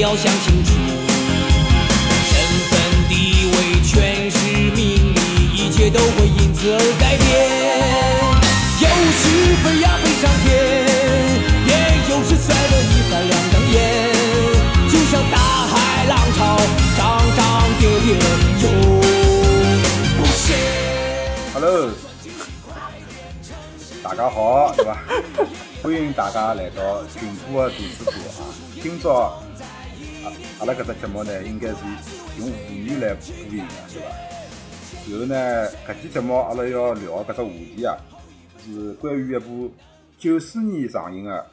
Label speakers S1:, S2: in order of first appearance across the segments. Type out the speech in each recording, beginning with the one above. S1: 要想清楚，身份地位、权势、名利，一切都会因此而改变。有是非呀飞上天，也有时摔得一翻两瞪眼。就像大海浪潮，涨涨跌跌永不歇。
S2: Hello，大家好，对伐？欢迎大家来到群播的大嘴巴啊！今朝啊阿拉搿只节目呢，应该是用妇女来播音的，对伐？然后呢，搿期节目阿拉要聊的搿只话题啊，是关于一部九四年上映的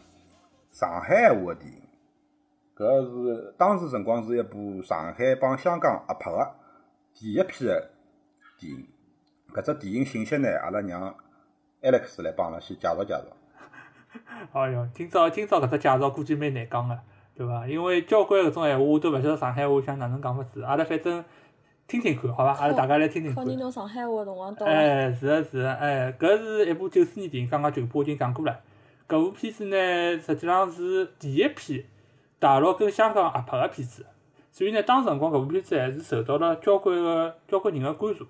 S2: 上海话电影。搿是当时辰光是一部上海帮香港合拍的第一批的电影。搿只电影信息呢，阿拉让 Alex 来帮阿拉先介绍介绍。
S3: 哎哟，今朝今朝搿只介绍估计蛮难讲个，对伐？因为交关搿种闲话我都勿晓得上海话像哪能讲法子，阿拉反正听听看，好伐？阿拉大家来
S2: 嗯
S3: 听听
S4: 考
S3: 看。
S4: 验侬上海话的辰光到了，
S3: 哎，是个是个，哎，搿是一部九四年电影，刚刚群播已经讲过了。搿部片子呢，实际上是第一批大陆跟香港合拍个片子，所以呢，当辰光搿部片子还是受到了交关个交关人个关注。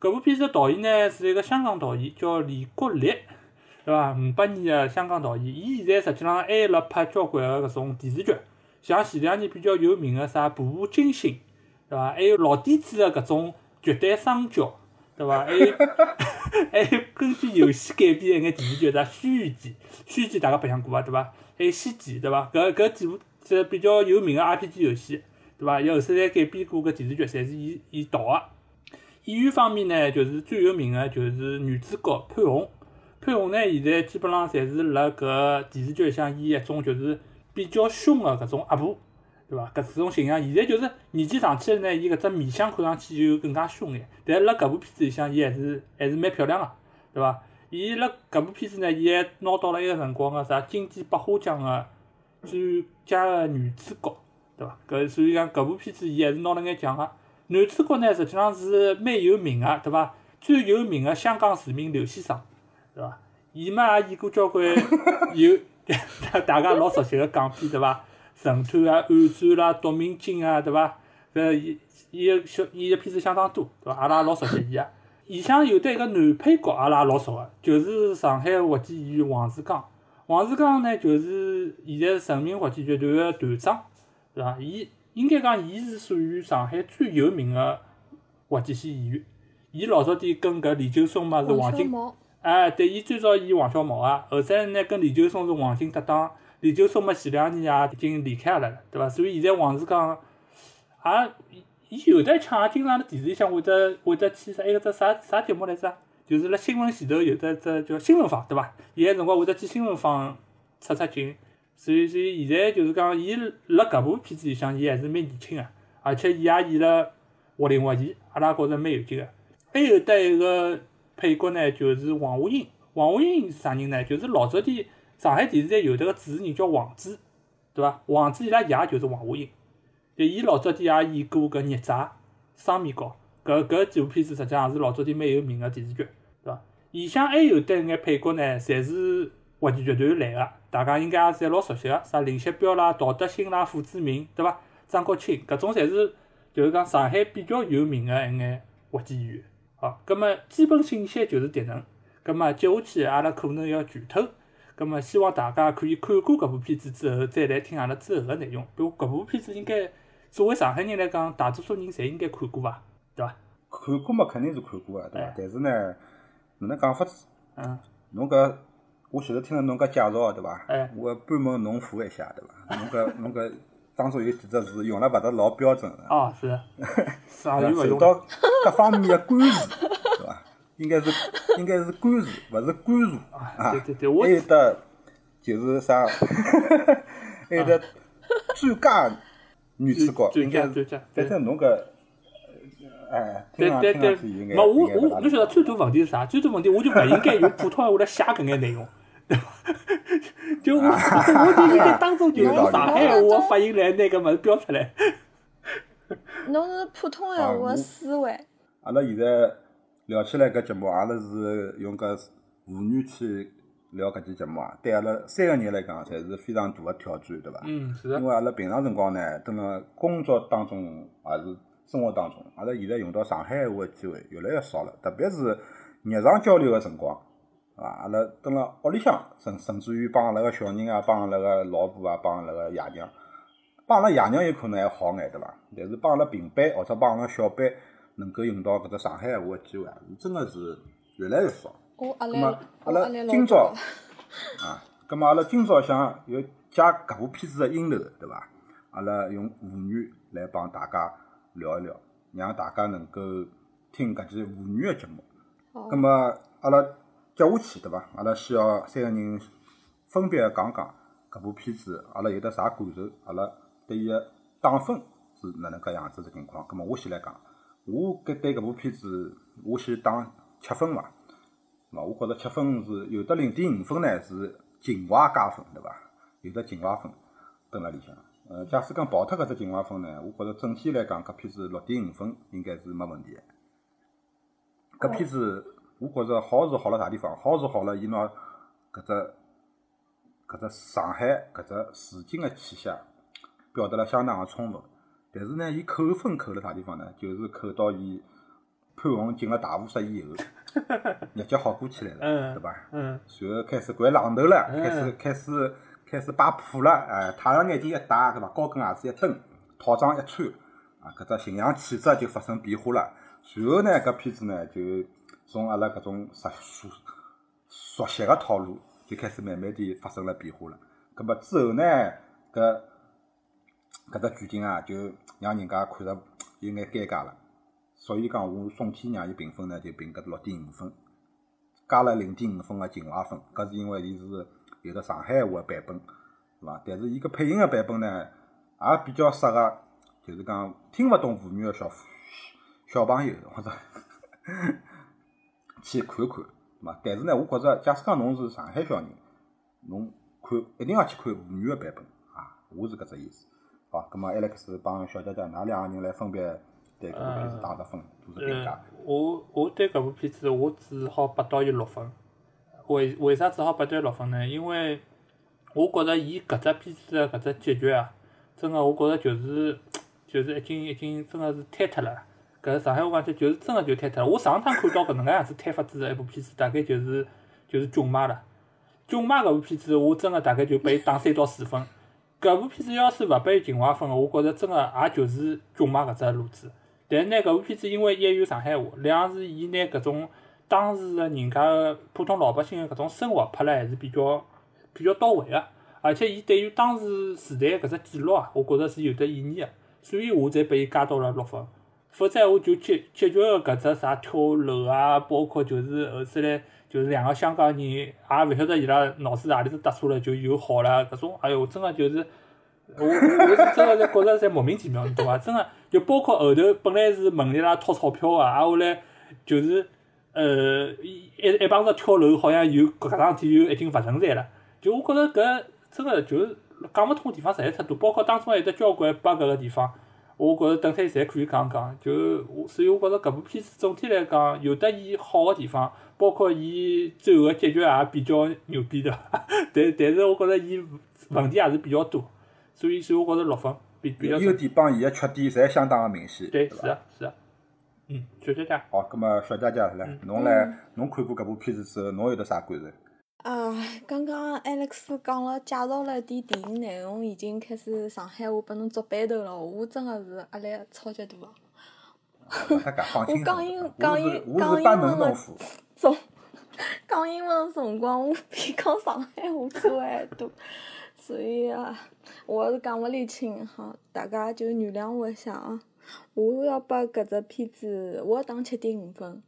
S3: 搿部片子的导演呢是一个香港导演，叫李国立，对嗯伐？五八年个香港导演，伊现在实际上还辣拍交关个搿种电视剧，像前两年比较有名个啥《步步惊心》，对伐？还有老底子个搿种绝代双骄，对伐？还有还有根据游戏改编一眼电视剧，啥《轩辕剑》，《轩辕剑》大家白相过伐？对伐？还有《仙剑》，对伐？搿搿几部是比较有名个 RPG 游戏，对伐？有后头侪改编过搿电视剧，侪是伊伊导个。演员方面呢，就是最有名个就是女主角潘虹，潘虹呢现在基本上侪是辣搿电视剧里向演一种就是比较凶个搿种阿婆，对伐？搿种形象，现在就是年纪上去了呢，伊搿只面相看上去就更加凶眼。但是辣搿部片子里向，伊还是还是蛮漂亮个，对伐？伊辣搿部片子呢，伊还拿到了一个辰光个啥金鸡百花奖个最佳个女主角，对伐？搿所以讲搿部片子伊还是拿了眼奖个。男主角呢，实际上是蛮有名个、对伐？最有名个香港市民刘先生，对伐？伊嘛也演啊过交关有 大家老熟悉个港片，对伐？神探啊、暗战啦、夺命金啊，对伐？搿伊伊个小伊个片子相当多，对伐？阿拉也老熟悉伊个。里向有得一个男配角，阿拉也老熟个，就是上海滑稽演员黄志刚。黄志刚呢，就是现在是人民滑稽集团个团长，对伐？伊应该讲，伊是属于上海最有名个滑稽戏演员。伊老早点跟搿李九松嘛是黄
S4: 黄小
S3: 金
S4: 毛，
S3: 哎，对，伊最早演黄小毛啊，后三呢跟李九松是黄金搭档，李九松嘛前两年啊也已经离开阿拉了，对伐？所以现在黄世刚也伊有的腔也经常辣电视里向会得会得去啥，还有只啥啥节目来着？就是辣新闻前头有得只叫新闻坊，对伐？伊个辰光会得去新闻坊出出镜，所以所以现在就是讲，伊辣搿部片子里向，伊还是蛮年轻个、而且伊也演了活灵活现，阿拉觉着蛮有劲个。还有得一个配角呢，就是王华英。王华英是啥人呢？就是老早点上海电视台有得个主持人叫王子，对伐？王子伊拉爷就是王华英，对，伊老早点也演过搿《孽债》《双面胶》搿搿几部片子，实际上也是老早点蛮有名个电视剧，对伐？里向还有得一眼配角呢，侪是滑稽剧团来个，大家应该也侪老熟悉个，啥林夕彪啦、陶德兴啦、傅志明，对伐？张国庆搿种侪是就是讲上海比较有名个一眼滑稽演员。好，葛末基本信息就是迭能。葛末接下去阿拉可能要剧透，葛末希望大家可以看过搿部片子之后，再来听阿拉之后个内容。比如搿部片子应该作为上海人来讲，大多数人侪应该看过伐，对伐？
S2: 看过嘛，肯定是看过啊，对伐
S3: 哎？
S2: 但是呢，哪能讲法子？
S3: 嗯，
S2: 侬搿我前头听了侬搿介绍，对伐
S3: 哎？
S2: 我班门弄斧一下，对伐？侬搿侬搿当中有几只字用了勿是老标准的，
S3: 哦，是， 上
S2: 对
S3: 海
S2: 伐
S3: 勿
S2: 受
S3: 用
S2: 到 各方面的干预，对伐？应该是应该是干预，勿是干预
S3: 啊，对对对，我
S2: 还有得就是啥， 还有得
S3: 啊
S2: 最佳女主角，
S3: 最
S2: 应该
S3: 最
S2: 是
S3: 佳最佳，对
S2: 反正侬搿，哎，听
S3: 对
S2: 上
S3: 对
S2: 听上
S3: 对
S2: 去应，该
S3: 没我
S2: 应该勿大
S3: 我，侬晓得最大问题是啥？最大问题我就勿应该用普通话来写搿眼内容， 对伐？就我我就应该当中就用上海话发音来拿搿物事标出来。
S4: 侬是普通
S2: 啊
S4: 闲话
S2: 我
S4: 的思维，
S2: 阿拉现在聊起来搿节目，阿拉是用搿妇女去聊搿期节目啊，对阿拉三个人来讲，侪是非常大个挑战，对伐？
S3: 嗯，是
S2: 因
S3: 的，
S2: 为阿拉平常辰光呢，蹲辣工作当中，也是生活当中，阿拉现在用到上海闲话个机会越来越少了，特别是日常交流个辰光，啊，阿拉蹲辣屋里向，甚甚至于帮阿拉个小人啊，帮阿拉个老婆啊，帮阿拉个爷娘，帮阿拉爷娘有可能还好眼，对伐？但是帮阿拉平辈或者帮阿拉小辈，能够用到搿个上海闲话个机会啊，是真个是越来越少。
S4: 我压
S2: 那
S4: 力
S2: 么阿
S4: 我压
S2: 拉
S4: 力
S2: 今
S4: 老
S2: 朝
S4: 大。
S2: 啊，咁么阿拉今朝想要借搿部片子的音头，对伐？阿拉用沪语来帮大家聊一聊，让大家能够听搿期沪语的节目。
S4: 哦
S2: 咁么阿拉接下去，对伐？阿拉需要三个人分别讲讲搿部片子，阿拉有得啥感受？阿拉对伊个打分是哪能介样子的情况？咁么我先来讲，我搿对搿部片子，我先打七分伐。咁啊，我觉着七分是有的零点五分呢是情怀加分，对伐？有的情怀分蹲辣里向。呃，假使讲刨脱搿只情怀分呢，我觉着整体来讲，搿片子六点五分应该是没问题个。搿片子我觉着好是好辣啥地方？好是好辣伊拿搿只搿只上海搿只市井个气息啊表达了相当个充分。但是呢，伊扣分扣辣啥地方呢？就是扣到伊潘虹进了大务室以后，日脚好过起来了，
S3: 嗯
S2: 对伐？
S3: 嗯，
S2: 然后开始掼榔头了，
S3: 嗯
S2: 开始开始开始摆谱了，哎，太阳眼镜一戴，对伐？高跟鞋子一蹬，套装一穿，啊，搿只形象气质就发生变化了。随后呢，搿片子呢就从阿拉搿种熟熟熟悉个套路，就开始慢慢地发生了变化了。葛末之后呢，搿搿只剧情啊，就让人家看着有眼尴尬了。所以讲，我总体让伊评分呢，就评搿六点五分。加了零点五分个情怀分，搿是因为伊是有个上海话个版本，是伐？但是伊个配音个版本呢，也比较适合，就是讲听勿懂沪语个小小朋友或者 去看看，是伐？但是呢，我觉着，假使讲侬是上海小人，侬看一定要去看沪语个版本啊，我是搿只意思。好，葛末 Alex 帮小姐姐，㑚两个人来分别对搿部片子打个分，做个评价
S3: 啊呃。，我我对搿部片子我只好拨到伊六分。为为啥只好拨到伊六分呢？因为我觉着伊搿只片子的搿只结局啊，真个我觉着就是就是已经已经真个是坍脱了。搿上海话讲就是真个就坍脱了。我上趟看到搿能介样子坍法子的一部片子，大概就是就是《囧妈》了。《囧妈》搿部片子，我真个大概就拨伊打三到四分。搿部片子要是勿拨伊情怀分，我觉着真个也就是《囧妈》搿只路子。但是呢，搿部片子因为一有上海话，两是伊拿搿种当时的人家的普通老百姓的搿种生活拍了还是比较比较到位个、而且伊对于当时时代搿只记录啊，我觉着是有得意义个、所以我才拨伊加到了六分。否则我就解解决了搿只啥跳楼啊，包括就是后头来就是两个香港人，也勿晓得伊拉脑子哪里子搭错了，就又好了搿种，哎哟，真个就是。 我我我是真个是觉着侪莫名其妙，你懂伐？真个就包括后头本来是问伊拉掏钞票啊，啊后来就是呃一一一帮子跳楼，好像有搿桩事体又已经勿存在了。就我觉着搿真个就是讲勿通个地方实在太多，包括当中还有得交关扒搿个地方，我觉着等下侪可以讲讲。就我所以我觉着搿部片子总体来讲有得伊好个地方，包括伊最后个结局也比较牛逼的， 但但是我觉着伊问题也是比较多。所以所以我觉着六分比比较
S2: 优点帮伊个缺点侪相当个明显，
S3: 对，
S2: 伐
S3: 是？啊是啊，嗯，就这样。
S2: 好，葛么小姐姐来，侬来，侬看过搿部片子之后，侬有得啥感受？
S4: 啊，刚刚 Alex 讲了，介绍了一点电影内容，已经开始上海话拨侬做班头了，我真个是压力超级大。啊
S2: 勿搭界放轻松。
S4: 讲英
S2: 我是
S4: 讲英
S2: 我
S4: 讲
S2: 是
S4: 英
S2: 班门
S4: 文的
S2: 弄斧，
S4: 总讲英文的辰光，我比讲上海话机会还多，所以啊，我是讲勿理清哈，大家就原谅我一下啊。我要拨搿只片子，我要打七点五分。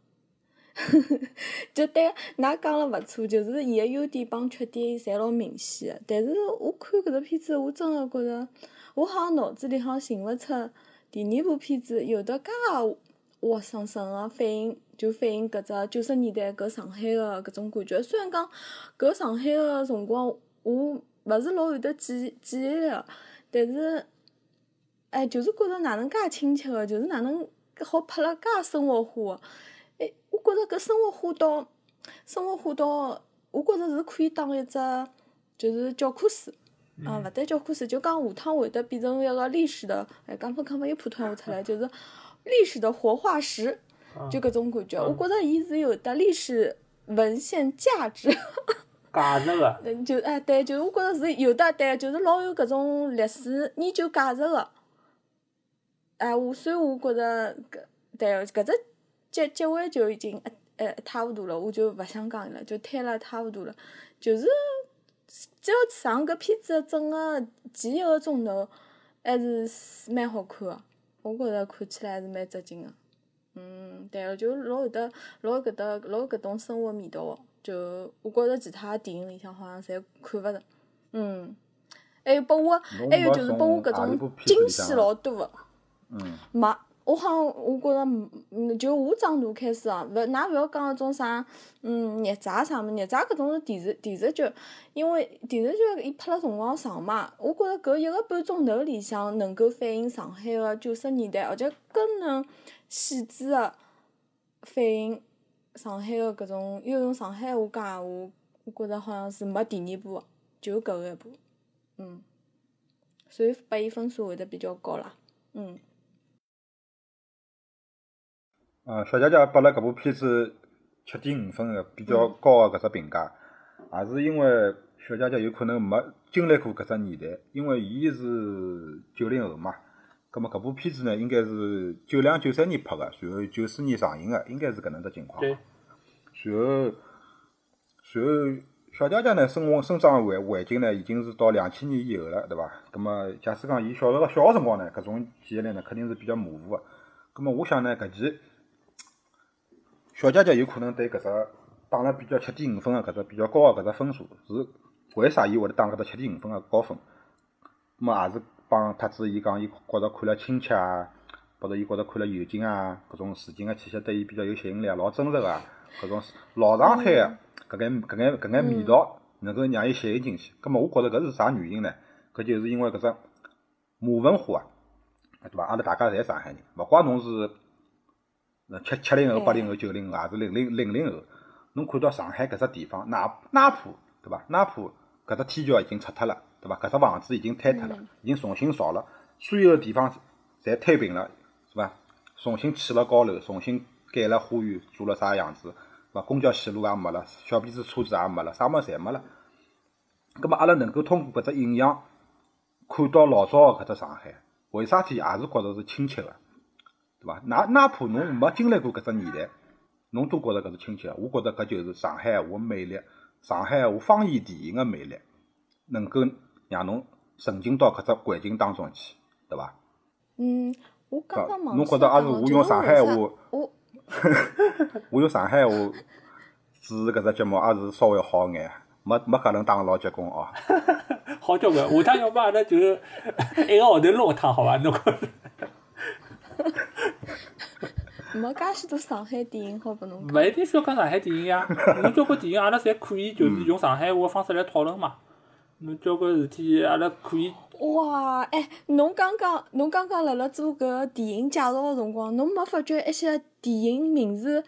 S4: 就对，㑚讲了勿错，就是伊个优点帮缺点侪老明显个。但是我看搿只片子，我真个觉着，我好像脑子里向寻勿出第二部片子有得介活生生个反映，就反映搿只九十年代搿上海个搿种感觉。虽然讲搿上海个辰光，我勿是老有得记记忆力个，但是。哎，就是觉着哪能介亲切个，就是哪能好拍了介生活化个。哎，我觉着搿生活化到生活化到我觉着是可以当一只就是教科书。啊，勿对教科书，就讲下趟会得变成一个历史的，哎，讲不讲没有普通话出来，就是历史的活化石，
S3: 嗯
S4: 就搿种感觉。我觉着伊是有得历史文献价值，
S3: 价值个，
S4: 嗯就哎对，就是我觉着是有的，对，就是老有搿种历史研究价值个。哎，我所以我觉着搿对搿只结结尾就已经呃一塌糊涂了，我就勿想讲了，就推了一塌糊涂了，就是。只要上搿片子的整个前一个钟头，还是蛮好看个。我觉着看起来还是蛮扎劲个。嗯，对个，就老有得老有搿搭老有搿种生活味道个。就我觉着其他的电影里向好像侪看勿着。嗯，还有拨我，
S2: 侬
S4: 还有
S2: 没
S4: 就是
S2: 从
S4: 拨我搿
S2: 阿里部
S4: 种
S2: 片子
S4: 惊
S2: 里
S4: 喜
S2: 向啊
S4: 老多个。
S2: 嗯，
S4: 没，我好像我觉着，嗯，就我长大开始啊，勿，㑚勿要讲那种啥，嗯，孽债啥么，孽债搿种是电视电视剧，因为电视剧伊拍了辰光长嘛，我觉着搿一个半钟头里向能够反映上海个九十年代，而且更能细致个反映上海个搿种，又用上海话讲闲话，我觉着好像是没第二部个，啊就搿个一部，嗯，所以拨伊分数会得比较高啦，嗯。
S2: 呃，小姐姐拨了搿部片子七点五分个比较高个搿只评价，也是因为小姐姐有可能没经历过搿只年代，因为伊是九零后嘛。葛末搿部片子呢，应该是九两九三年拍个，然后九四年上映个，应该是搿能只情况。
S3: 对，
S2: 然后，然后小姐姐呢，生活生长环环境呢，已经是到两千年以后了，对伐？葛么，假使讲伊小时候小个辰光呢，搿种记忆力呢，肯定是比较模糊个。葛么，我想呢，搿期小姐姐有可能对搿只打了比较七点五分个搿只比较高个搿只分数，是为啥伊会得打搿只七点五分个高分？葛么也是帮特子伊讲，伊觉着看了亲切啊，或者伊觉着看了友情啊，搿种市井个气息对伊比较有吸引力啊，老真实个啊，搿种老上海个搿眼搿眼搿眼味道能够让伊吸引进去。葛么我觉着搿是啥原因呢？搿就是因为搿只马文化啊，对伐？阿拉大家侪上海人，勿怪侬是呃七七零后、八零后、九零后，还是零零零零后，侬看到上海搿只地方，哪哪怕对伐？哪怕搿只天桥已经拆脱了，对伐？搿只房子已经推脱了，已经重新造了，所有的地方侪推平了，是伐？重新起了高楼，重新改了花园，做了啥样子，对伐？公交线路也没了，小辫子车子也没了，啥物事侪没了。葛末阿拉能够通过搿只影像看到老早个搿只上海，为啥体也是觉着是亲切个，对伐？哪哪怕侬没经历过搿只年代，侬都觉着搿是亲切啊个。我觉着搿就是上海话魅力，上海话方言电影个魅力，能够让侬沉浸到搿只环境当中去，对伐？
S4: 嗯，我刚刚
S2: 搿
S4: 忙
S2: 侬觉着阿是我用上海话，
S4: 我
S2: 我用上海话主持搿只节目，也是稍微好眼，没没搿能打老结棍哦。
S3: 好交关。下趟要么阿拉就 一个号头弄一趟， 好伐？侬讲
S4: 没介许多上海电影好拨侬看。
S3: 勿一定需要讲上海电影呀，侬交关电影阿拉侪可以就是用上海话的方式来讨论嘛。侬交关事体阿拉可以，
S4: 哇，哎，侬刚刚侬刚刚辣辣做搿个电影介绍个辰光，侬没发觉一些电影名字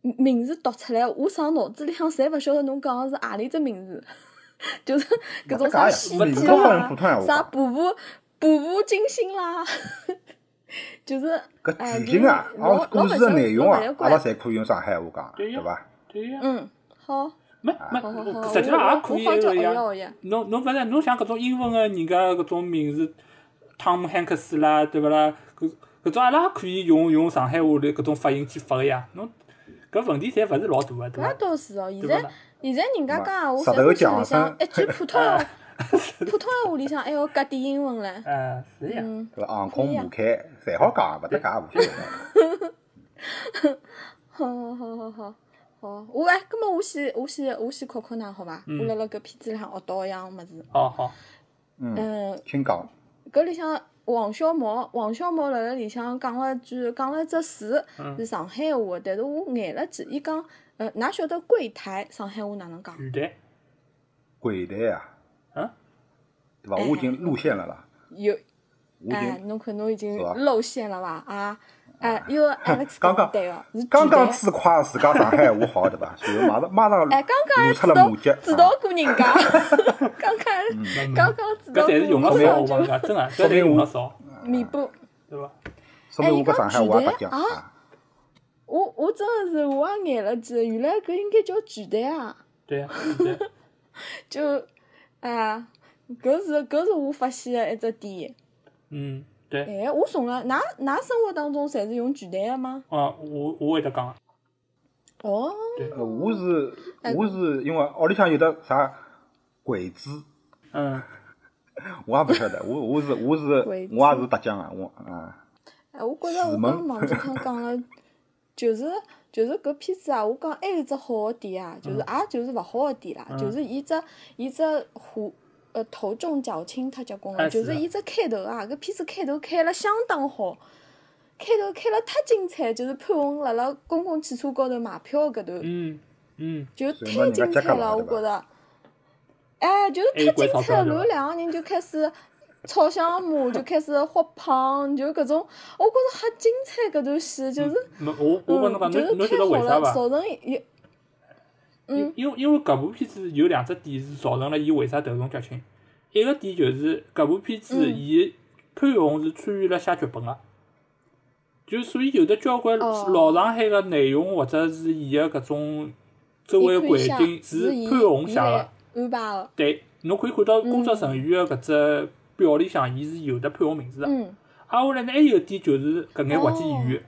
S4: 名字读出来，我上脑子里向侪勿晓得侬讲个是何里只名字， 就是搿种啥西
S2: 勿
S3: 是
S4: 街
S3: 讲
S2: 呀
S4: 啦
S2: 普通话，
S4: 啥步步步步惊心啦， 就是
S2: 搿剧
S4: 哎就是
S2: 情啊，
S4: 老
S2: 啊故事
S4: 老
S2: 的
S4: 勿
S2: 内容啊
S4: 晓得老勿晓得，怪
S2: 阿拉侪可以用上海话讲，
S3: 对呀
S2: 对伐？
S3: 对呀，
S4: 嗯，好。
S3: 没没
S4: 好好，好，
S3: 实际上也可
S4: 哦我
S3: 以
S4: 我哎
S3: 那
S4: 好
S3: 啊
S4: 叫
S3: 个
S4: 学
S3: 呀。
S4: 学
S3: 侬侬勿是侬像搿种英文个人家搿种名字，汤姆汉克斯啦，对勿啦？搿搿种阿拉也可以用用上海话来搿种发音去发个呀。侬搿问题侪勿是老大个，对
S4: 搿
S3: 伐？
S4: 倒是哦，现
S3: 对勿
S4: 在
S3: 啦？
S4: 现在人家讲闲话，
S2: 石头
S4: 侪
S2: 讲
S4: 屋里
S2: 声
S4: 向一句普通话，普通话里向哎还要加点英文唻。
S3: 呃，是呀。
S4: 嗯，
S2: 搿航空母舰侪好讲，啊勿搭界无所谓。
S4: 好好好好好。好，我哎，葛末我先我先我先考考㑚好伐？
S3: 嗯
S4: 我辣辣搿片子里向学到一样物事。
S3: 好好，
S2: 嗯，
S4: 嗯，
S2: 请讲。
S4: 搿里向王小毛，王小毛辣辣里向讲了一句，讲了一只词
S3: 嗯
S4: 是上海话，但是我眼了记，伊讲，呃，㑚晓得柜台上海话哪能讲？
S3: 雨台，
S2: 柜台啊，
S3: 啊，
S2: 对伐？我已经露馅了啦，
S4: 有
S2: 我已
S4: 哎
S2: 经，
S4: 侬看侬已经
S2: 是吧
S4: 露馅了吧？啊，哎，因为 Alex
S2: 刚刚
S4: 讲得对个，是举
S2: 刚刚
S4: 例
S2: 自夸自家上海话好，对伐？然后马上马
S4: 哎，
S2: 上
S4: 刚刚还
S2: 露出
S4: 指
S2: 了
S4: 导
S2: 马脚。
S4: 指
S2: 啊
S4: 导过人家， 刚刚还
S3: 嗯
S4: 刚刚指
S3: 搿
S4: 导过
S3: 侪是用了
S4: 我
S3: 少，我帮
S4: 上就
S3: 侬讲，真个，搿侪是用了少，
S4: 弥补。
S3: 对伐？
S2: 说明
S4: 哎
S2: 我搿上海话也白讲
S4: 刚举例
S2: 啊。
S4: 我我真的是我也眼了记，原来搿应该叫巨蛋啊！
S3: 对呀，对，
S4: 就啊，搿是搿是我发现的一只点。
S3: 嗯，对，
S4: 哎，我从来，㑚㑚生活当中侪是用巨蛋的吗？
S3: 啊，我我会得讲的，
S4: 哦，
S3: 对，
S2: 呃，我是
S4: 哎
S2: 我是因为屋里向有得啥鬼子，
S3: 嗯，
S2: 我也勿晓得。我我是我
S4: 鬼
S2: 是
S4: 子
S2: 我也是搭江个，我啊
S4: 哎，我觉着我
S2: 死
S4: 帮
S2: 门
S4: 王志康讲了，就是就是搿片子啊，我讲还有一只好的点啊，就是也就是勿好的点啦，就是伊只伊只虎呃头重脚轻太结棍了，
S3: 哎
S4: 啊就是
S3: 的
S4: 是伊只开头啊，搿片子开头开了相当好。开头开了太精彩，就是潘虹辣辣公共汽车高头买票搿段，
S3: 嗯，嗯，
S4: 就
S2: 所以嘛
S4: 太
S2: 人家
S4: 精
S2: 结
S4: 彩
S2: 棍
S4: 了，
S2: 了
S4: 我
S2: 对吧
S4: 觉着。哎，就是
S3: 还有
S4: 太
S3: 关
S4: 精
S3: 钞
S4: 彩
S3: 票
S4: 了，
S3: 对
S4: 然
S3: 吧
S4: 后两个人就开始吵相骂，就开始发胖，就搿种，我觉着很精彩搿段戏，就是，
S3: 没我我帮侬讲，
S4: 嗯，就
S3: 侬侬晓
S4: 是
S3: 得
S4: 太好
S3: 为啥
S4: 了，嗯
S3: 伐？
S4: 造成一，
S3: 因因为因为搿部片子有两只点是造成了伊为啥头重脚轻，一个点就是搿部片子
S4: 嗯
S3: 伊潘虹是参与了写剧本个，就所以有的交关
S4: 哦
S3: 老上海个内容或者是伊个搿种周围环
S4: 伊看
S3: 境
S4: 一下
S3: 是
S4: 是伊
S3: 潘虹
S4: 伊
S3: 写
S4: 来
S3: 个，
S4: 安排的，
S3: 对，侬可以看到工作人员个搿只表里向伊是有的潘虹名字个。
S4: 嗯，
S3: 啊，后来呢还有一点就是搿眼滑稽演员，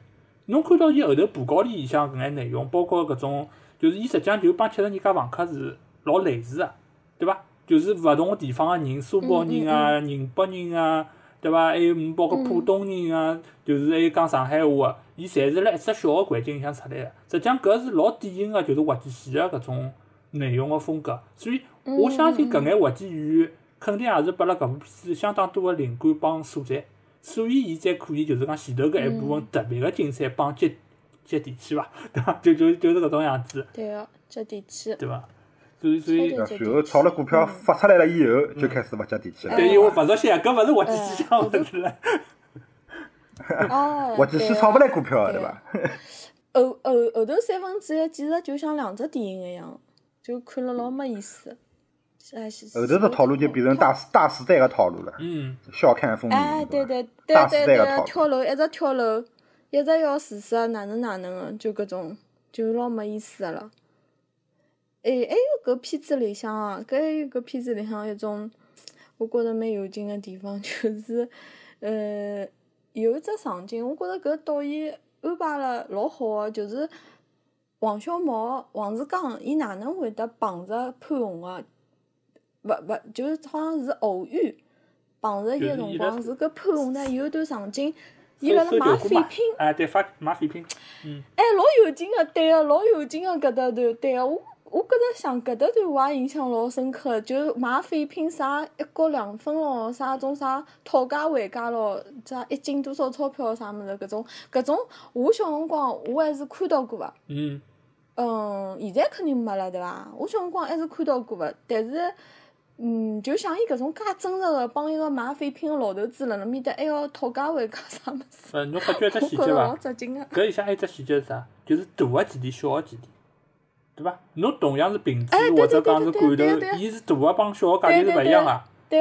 S3: 侬看到伊后头补稿里向搿眼内容，包括搿种，就是伊实际上就帮七十二家房客是老类似个，对伐？就是勿同个地方个人，苏北人啊、宁波人啊，对伐？还有嗯包括浦东人啊，就是还有讲上海话个，伊侪是辣一只小个环境里向出来个。实际上搿是老典型个，就是滑稽戏个搿种内容个风格。所以我相信搿眼滑稽演员肯定也是拨了搿部片子相当多个灵感帮素材。所以伊才可以就是讲前头
S4: 嗯
S3: 搿一部分特别个精彩帮接接地气伐， 对伐？就就就是搿种样子，
S4: 对个，接地气，
S3: 对伐？所以所以
S4: 对
S2: 然
S4: 对
S2: 后炒了股票
S4: 嗯
S2: 发出来了以后，就开始勿接地气了。
S4: 哎
S3: 对，
S2: 对
S3: 因为
S2: 伐
S3: 勿熟悉啊，搿勿是滑稽戏腔勿是 了。
S4: 哦，
S2: 哎我只
S4: 对
S2: 是
S4: 个
S2: 炒勿来股票，
S4: 对
S2: 对
S4: 啊
S2: 伐？
S4: 后后后头三分之一其实就像两只电影一样，就看了老没意思。哎是
S2: 后头的套路就变成大大时代的套路了，
S3: 嗯，
S2: 笑看风
S4: 哎，
S2: 云，
S4: 对
S2: 伐？
S4: 对对
S2: 大
S4: 对
S2: 时代的套
S4: 对，
S2: 路
S4: 跳楼一直跳楼，一直要自杀，哪能哪能的，就搿种，就老没意思的了。哎，还有搿片子里向啊，搿还有搿片子里向一种，我觉着蛮有劲的地方， 就是，呃，有一只场景，我觉着搿导演安排了老好的，就是王小毛、王志刚，伊哪能会得绑着潘虹啊？勿勿，就是好像是偶遇，碰着伊个辰光
S3: 就是
S4: 是搿潘虹呢，有一段场景，伊
S3: 收
S4: 辣辣
S3: 收
S4: 买
S3: 旧股
S4: 废
S3: 嘛
S4: 品，
S3: 哎，对，发买废品，嗯，
S4: 哎，老有劲个，对个，老有劲啊个搿搭段，对个，我我搿搭想搿搭段我也印象老深刻，就是买废品啥一角两分咯，啥种啥讨价还价咯，啥一斤多少钞票啥物事搿种，搿种我小辰光我还是看到过个。
S3: 嗯，
S4: 嗯，现在肯定没了，对伐？我小辰光还是看到过个，但是，嗯，就像伊搿种介真实个，帮一个买废品个老头子辣辣面搭还要讨价还价啥物事，
S3: 呃，侬发觉一只
S4: 我
S3: 细
S4: 觉
S3: 节
S4: 着
S3: 伐
S4: 老？扎劲啊个。
S3: 搿里向还有一只细节是啥？就是大个几钿，小个几钿，对伐？侬同样是瓶子
S4: 哎对
S3: 或者
S4: 对对
S3: 讲是
S4: 对
S3: 罐
S4: 对对
S3: 头，
S4: 对
S3: 伊是大个帮小个价钿是
S4: 对对
S3: 勿一样
S4: 对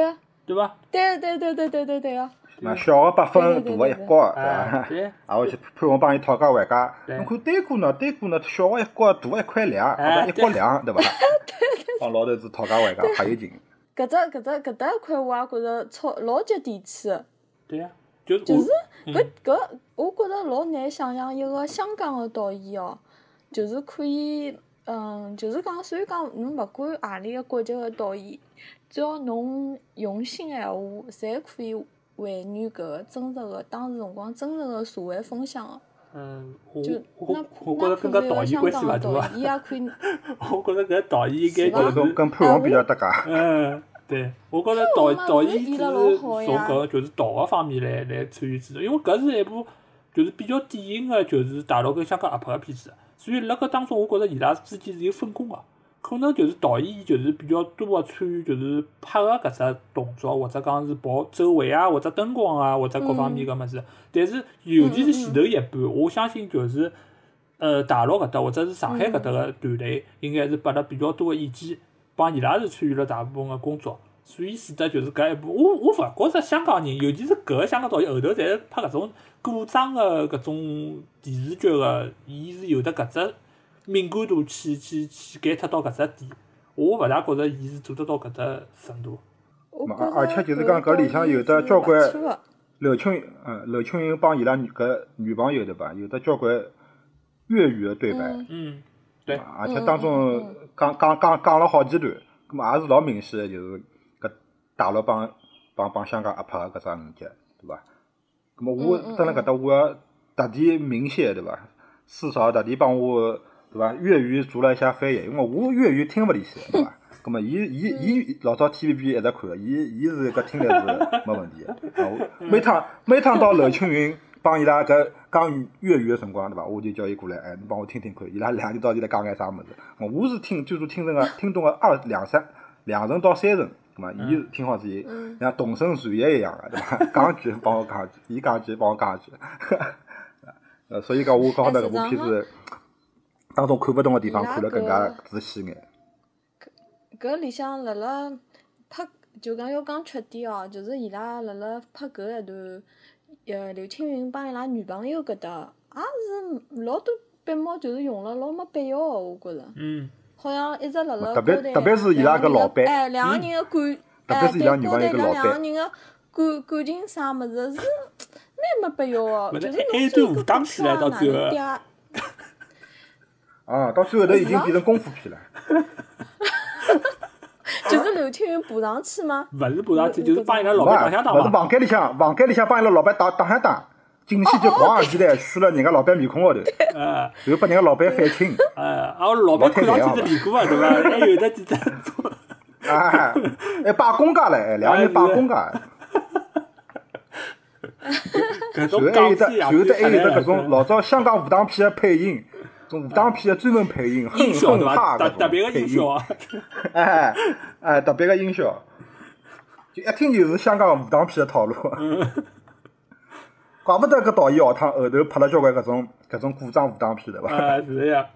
S3: 个，
S4: 对啊个，
S3: 对伐？
S4: 对对对对对对对个。
S2: 嘛，小的八分，大
S4: 对对对
S2: 的一
S4: 对
S2: 角，对
S3: 哎，
S2: 伐？
S3: 对，
S2: 啊，我去潘虹帮伊讨价还价。
S3: 对
S2: 侬看对过呢，对过呢，小个一角，大个一块两，
S3: 哎
S2: 或者一角两，对伐？ 帮老头子讨价还价，还有劲。
S4: 搿只搿只搿搭一块我也觉着超老接地气个，
S3: 对呀，就是
S4: 就
S3: 我
S4: 是搿搿我觉着老难想象一个香港个导演哦，就是可以，嗯，就是讲，所以讲侬勿管何里个国籍个导演，只要侬用心个闲话，侪可以还原搿个真实个当时辰光真实个社会风向个。
S3: 嗯，我
S4: 就
S3: 我
S4: 那
S3: 我觉
S4: 那
S3: 着
S4: 可
S3: 跟
S4: 能
S3: 搿导
S4: 有个
S3: 演
S4: 香
S3: 关系
S4: 港
S3: 勿
S4: 个导
S3: 大
S4: 演，伊也可以，
S3: 啊， 我觉着搿导演应该
S4: 是吧
S2: 或
S3: 就
S2: 者
S3: 是
S2: 种跟潘虹比较搭
S4: 啊
S2: 嘎。
S3: 嗯，对，我觉着导
S4: 我嘛
S3: 导
S4: 觉得
S3: 演只
S4: 演
S3: 是
S4: 得老好
S3: 从
S4: 呀
S3: 搿就是道个方面来来参与制作，因为搿是一部就是比较啊典型个就是大陆跟香港合拍个片子，所以辣搿当中我觉着伊拉之间是有分工个。啊可能就是导演伊就是比较多个参与，就是拍个搿只动作，或者讲是跑走位啊，或者灯光啊，或者各方面
S4: 嗯
S3: 搿物事。但是尤其是前头一半，我相信就是呃大陆搿搭或者是上海搿搭个团队，应该是拨了比较多个意见，帮伊拉是参与了大部分个工作。所以使得就是搿一部，我我勿觉着香港人，尤其是搿个香港导演后头，侪是拍搿种古装个搿种电视剧个，伊是有得搿只敏感度去去去 get 到搿只点，我勿大觉着伊是做得到搿只程度。
S4: 我
S2: 嘛
S4: 觉着
S2: 而且就是讲搿里向有的交关
S4: 勿错的
S2: 刘青，嗯，刘青云帮伊拉女搿女朋友对伐？有的交关粤语的对白，
S4: 嗯
S3: 嗯，对，
S2: 啊而且当中讲讲讲讲了好几段，咁么也是老明显的，就是搿大陆帮帮帮香港合拍的搿只五集，对伐？咁么我蹲辣搿搭，我也特地明显对伐？四嫂特地帮我对伐？粤语做了一下翻译，因为我粤语听勿里去，对伐？咁么伊伊伊老早 TVB 一直看，伊伊是搿听力是没问题的。啊，我每趟每趟到娄青云帮伊拉搿讲粤语个辰光，对伐？我就叫伊过来，哎，你帮我听听看，伊拉两个到底辣讲眼啥物事？我我是听最多听成个听懂个二两三两成到三成，咁么伊是听好自己像同声传译一样个，对伐？ 讲一句帮我讲一句，伊讲一句帮我讲一句。呃，所以讲我觉着搿部片子当中看勿懂个地方看了更加仔细眼。
S4: 搿里向辣辣拍，就讲要讲缺点哦，就是伊拉辣辣拍搿一段，呃，刘青云帮伊拉女朋友搿搭，也是老多笔墨，就是用了老没必要哦，我觉着。
S3: 嗯，
S4: 好像一直辣辣
S2: 特别
S4: 交代
S2: 特别是伊拉搿老板
S4: 哎，两个人的感，
S2: 特别
S4: 哎，
S2: 是
S4: 对，
S2: 伊拉女朋友搿老板
S4: 交代伊拉两个人的感感情啥物事是蛮没必要哦，
S3: 不
S4: 就是是
S3: 还
S4: 侬
S3: 还段
S4: 做
S3: 武
S4: 搿
S3: 打
S4: 打
S3: 起来到最后
S4: 后。
S2: 啊，到最后头已经变成功夫片了。
S4: 就是刘青云补上去吗？
S3: 勿是补上去，就是帮伊拉老板打相打
S2: 勿是
S3: 嘛。
S2: 房间里向，房间里向帮伊拉老板打打相打，进去就咣上去来，扇了人家老板面孔高头，
S3: 呃
S2: 然后把人家老板反清。
S3: 呃，啊，我老板看上去是练过啊，对伐？还有得几只做，
S2: 哎，哎，摆公家嘞，哎两个人摆公家，
S3: 搿
S2: 然
S3: 种
S2: 后还
S3: 港
S2: 有得，
S3: 片也
S2: 然后得还有得搿种
S3: 老
S2: 老早香港武打片的配音，种武打片的专门配音，很
S3: 音效啊对
S2: 很哈
S3: 伐？特
S2: 搿
S3: 特别
S2: 种
S3: 个
S2: 配
S3: 音
S2: 音
S3: 效，啊，
S2: 哎哎，特别个音效，就一听就是香港武打片的套路。怪不得搿导演学堂后头拍了交关搿种搿种古装武打片对伐？
S3: 呃，是呀，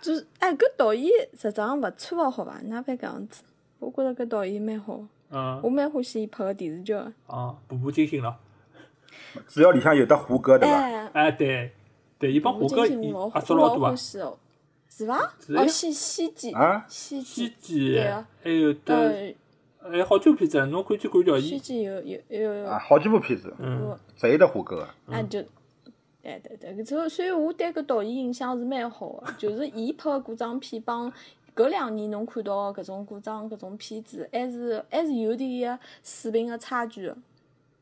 S4: 就是哎，搿导演实际上勿错个，好伐？哪能搿样子？我觉着搿导演蛮好，
S3: 嗯
S4: 我蛮欢喜伊拍个电视剧的。
S3: 啊，步步惊心了。
S2: 只要里向有得胡歌对伐？
S4: 哎，
S3: 哎，对，对，伊帮
S4: 我
S3: 胡歌
S4: 最近
S3: 伊
S4: 我
S3: 合作
S4: 老
S3: 老多
S4: 欢
S3: 啊，
S4: 喜哦，是伐？
S3: 是哎呀
S4: 哦，西西记
S2: 啊
S4: 西
S3: 西
S4: 记，
S3: 记
S4: 对啊，
S3: 还有得，
S4: 呃，
S3: 还有好久片子，侬可以去看瞧
S4: 西
S3: 伊。
S4: 记有有有
S2: 啊，
S4: 有，
S2: 好几部片子，
S3: 嗯，
S2: 侪有得胡歌。
S4: 啊就。对对对，所以所以我对搿导演印象是蛮好个，就是伊拍个古装片帮搿两年侬看到的搿种古装搿种片子，还是还是有点水平个差距的。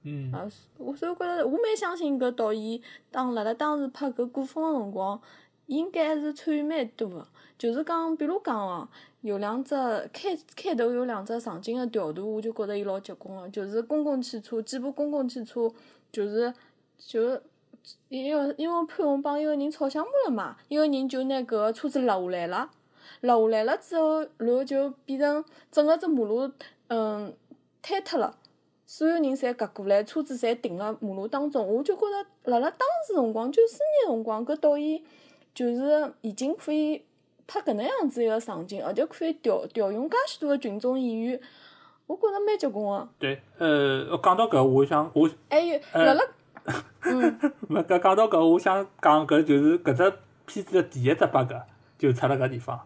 S3: 嗯，
S4: 啊，我所以我觉着我蛮相信搿导演当辣辣当时拍搿古风个辰光，应该还是参与蛮多个。就是讲，比如讲哦，有两只开开头有两只场景个调度，我就觉着伊老结棍个，就是公共汽车几部公共汽车，就是就是。因为因为潘虹帮一个人吵相骂了嘛，一个人就拿搿个车子拉下来了，拉下来了之后，然后就变成整个只马路，嗯，坍脱了。所有人侪夹过来，车子侪停辣马路当中。我就觉着，辣辣当时辰光，九四年辰光，搿导演就是已经可以拍搿能样子一个场景，而且可以调调用介许多个群众演员，我觉着蛮结棍个。
S3: 对，呃，我讲到搿，我想我
S4: 还有
S3: 呃
S4: 辣辣
S3: 没搿讲到搿，我想讲搿就是搿只片子的第一只 bug 就出了搿地方，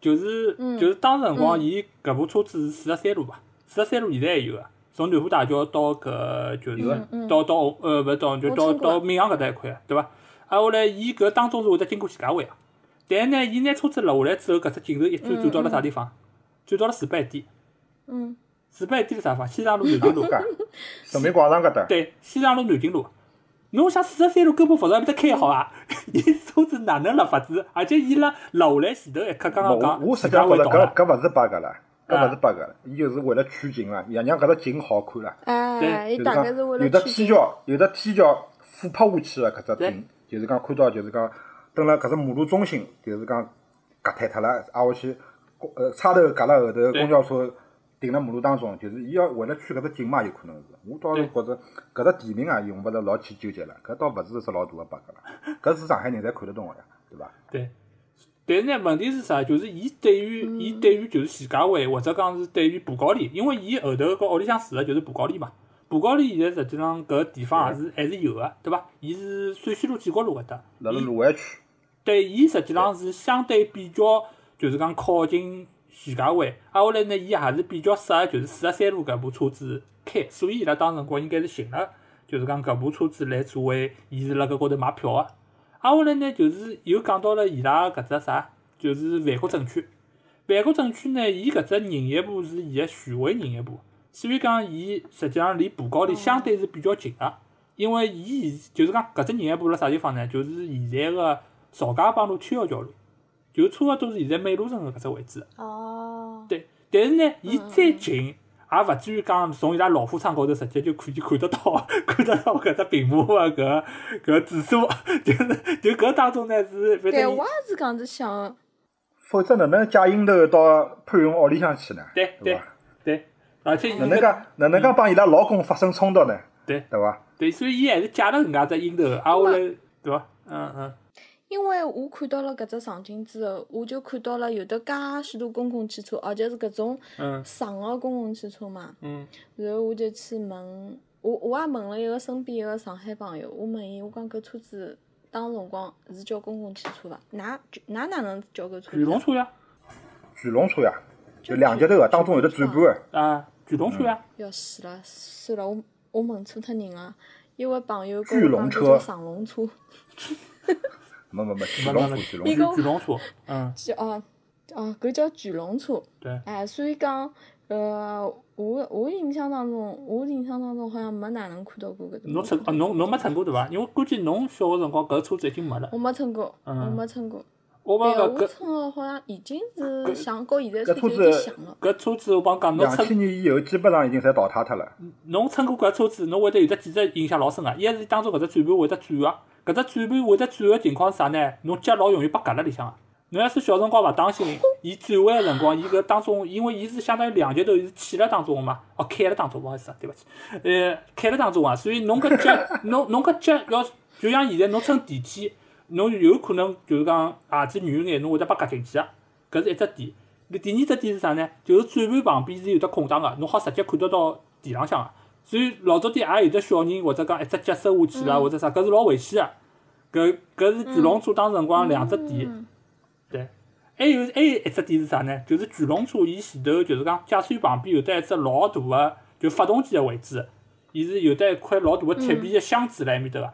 S3: 就是、
S4: 嗯
S3: 就是当辰光
S4: 嗯
S3: 伊搿部车子是四十三路嘛，四十三路现在还有啊，从南湖大桥到搿就是
S4: 嗯嗯
S3: 到到呃勿是到就
S4: 我
S3: 到
S4: 听过
S3: 到闵行搿搭一块啊，对伐？啊后来伊搿当中是会得经过徐家汇啊，但是呢伊拿车子落下来之后，搿只镜头一转转到了啥地方？转到了四八一店，
S4: 嗯
S3: 四八一店是啥地方？西藏路南京路。
S2: 噶，人民广场搿搭，
S3: 对，西藏路南京路。侬想四十三路根本勿在埃面搭开好伐？伊车子哪能辣法子？而且伊辣落下来前头一刻，刚刚
S2: 我
S3: 讲
S2: 我实
S3: 自
S2: 际上
S3: 家
S2: 觉
S3: 会
S2: 着
S3: 倒
S2: 搿
S3: 了。
S2: 搿勿是 bug 啦，搿勿是
S3: 啊
S2: bug 啦，伊就是为了取景啦，也让搿只景好看啦。
S4: 哎，
S3: 对
S2: 就
S4: 伊
S2: 是
S4: 大概是
S2: 讲
S4: 为
S2: 有
S4: 了
S2: 的
S4: 去
S2: 天桥，有的天桥俯拍下去的搿只
S3: 对
S2: 景，就是讲看到就是讲蹲辣搿只马路中心，就是讲夹脱脱了，挨下去，公呃，插头夹了后头，公交车停辣马路当中，就是伊要为了圈搿只景嘛，有可能是。我倒是觉着搿只地名啊，用勿着老去纠结了，搿倒勿是只老大个 bug 了，搿是上海人侪看得懂个呀，对伐？
S3: 对。但是呢，问题是啥？就是伊对于伊对于就是徐家汇，或者讲是对于布高里，因为伊后头跟屋里向住的就是布高里嘛。布高里现在实际上搿地方也是还是有个，对伐？伊是陕西路建国路搿搭，
S2: 辣辣卢湾区，
S3: 对，伊实际上是相对比较，就是讲靠近徐家汇。挨下来呢，伊也是比较适合就是四十三路搿部车子开，所以伊拉当辰光应该是寻了，就是讲搿部车子来作为伊是辣搿高头买票个、挨下来呢，就是又讲到了伊拉搿只啥，就是万国证券。万国证券呢，伊搿只营业部是伊个徐汇营业部，所以讲伊实际上离浦高里相对是比较近个、因为伊现就是讲搿只营业部辣啥地方呢？就是现在个曹家浜路天桥桥路，就差勿多是现在美路城个搿只位置。
S4: 哦，
S3: 对，但是呢，伊再近也勿至于讲从伊拉老货仓高头直接就可以看得到 看得到搿只屏幕个搿搿指数，啊 就是就搿当中呢是反
S4: 对
S3: 正伊
S4: 我也是搿样子想，
S2: 否则哪能借烟头到潘云屋里向去呢？
S3: 对
S2: 对
S3: 对
S2: 伐？
S3: 对，而且伊
S2: 哪能介哪能介帮伊拉老公发生冲突呢？
S3: 对
S2: 对伐？
S3: 对，所以伊还是借了人家只樱头，啊挨下来对伐？嗯嗯。
S4: 因为我看到了搿只场景之后，我就看到了有的介许多公共汽车，而且是搿种
S3: 嗯
S4: 长个公共汽车嘛。
S3: 嗯
S4: 然后我就去问，我我也问了一个身边一个上海朋友，我问伊，我讲搿车子当辰光是叫公共汽车伐？㑚㑚哪能叫搿车子？啊
S3: 巨龙车呀，
S2: 巨龙车呀，就两节头个，当中有的转盘个。
S3: 啊，巨龙车呀，
S4: 要死了，算了，我我问错脱人了。一位朋友
S2: 巨
S4: 跟我
S2: 龙
S4: 讲
S2: 车
S4: 搿叫长龙车，
S2: 没没没，巨
S3: 没
S2: 龙
S3: 没
S2: 车，
S3: 没，
S2: 巨
S3: 巨
S2: 龙车，
S4: 你跟我
S3: 巨龙车，嗯，
S4: 叫哦哦，搿叫巨龙车。
S3: 对，
S4: 哎，所以讲，呃，我我印象当中，我印象当中好像没哪能看到过搿
S3: 侬
S4: 种
S3: 乘
S4: 车。
S3: 啊侬侬没乘过对伐？因为估计侬小个辰光搿车子已经没了。
S4: 我没乘过，我
S3: 嗯
S4: 没乘过。
S3: 我
S4: 哎
S3: 帮
S4: 呀，
S3: 搿
S4: 我
S3: 搿
S4: 乘的好像已经是像跟现在
S2: 搿
S4: 车子
S2: 车
S4: 有点
S2: 子
S4: 像了。
S3: 搿车子我帮讲，侬
S2: 两千
S3: 乘
S2: 年以后基本上已经侪淘汰脱了。
S3: 侬乘过搿车子，侬会得有得几只印象老深啊个。一是当中搿只转盘会得转个，搿只转盘会得转个情况是啥呢？侬脚老容易被夹辣里向个。啊侬要是小辰光勿当心，伊转弯个辰光，伊搿当中，因为伊是相当于两节头，伊是起了当中个嘛，哦，开了当中，勿好意思啊，对勿起，呃，开了当中啊，所以侬搿脚，侬侬搿脚要，就像现在侬乘电梯，侬有可能就是讲啊鞋子软眼，侬会得被夹进去个，啊搿是一只点。第二只点是啥呢？就是转盘旁边是有得空档个，侬好直接看得到地浪向个。所以老早点也有得小人或者讲一只脚伸下去啦，或者啥，搿是老危险个。搿搿是巨龙车当辰光两只点。
S4: 嗯
S3: 对，还有还有一只点是啥呢？就是巨龙车伊前头就是讲驾驶员旁边有得一只老大个，就发动机个位置，伊是有得一块老大个铁皮个箱子辣埃面头个。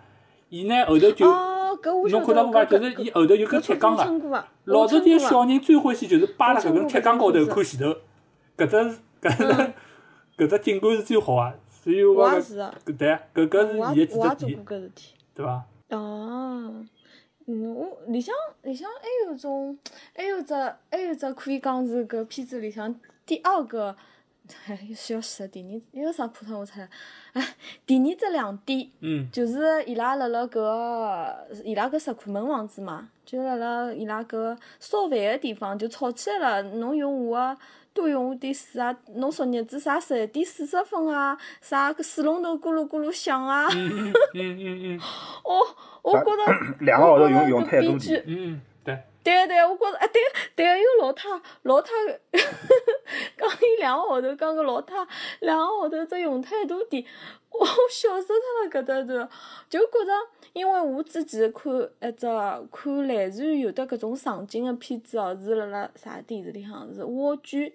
S3: 伊呢后头就
S4: 哦，搿我
S3: 侬
S4: 晓
S3: 看
S4: 得
S3: 到过伐？
S4: 搿
S3: 就是伊后头有
S4: 搿
S3: 根
S4: 车
S3: 铁
S4: 子
S3: 杠
S4: 我
S3: 个。
S4: 乘过伐？
S3: 老早
S4: 早
S3: 点小人最欢喜就是扒辣搿根铁杠高头
S4: 我乘嗯
S3: 看前头，搿只搿 只搿只景观是最好啊。所以我
S4: 我
S3: 讲
S4: 也是啊，
S3: 搿对啊，搿搿
S4: 我
S3: 是伊
S4: 也
S3: 个
S4: 我也
S3: 几
S4: 做
S3: 只点，
S4: 过搿事体。
S3: 对伐？
S4: 哦，嗯，我里向里向还有种，还有只还有只可以讲是搿片子里向第二个， 哎，又是要死了第二，又啥普通话出来？哎，第二只亮点
S3: 嗯，
S4: 就是伊拉辣辣搿伊拉搿石库门房子嘛，就辣辣伊拉搿烧饭个地方就吵起来了，侬用我个。多用我点水啊！侬昨日子啥十一点四十分啊？啥搿水龙头咕噜咕噜响啊！
S3: 嗯嗯嗯嗯
S4: 哦，我觉着
S2: 两个号头用用
S4: 我觉
S2: 太
S4: 得
S2: 多
S4: 搿编剧
S2: 年，
S3: 嗯，对，
S4: 对对，我觉着哎对对，有老太老太，讲伊两个号头，讲个老太两个号头只用太多点，我笑死脱了搿搭段，就觉着因为我之前看一只看类似于有的搿种场景个片子哦，是辣辣啥电视里向是蜗居，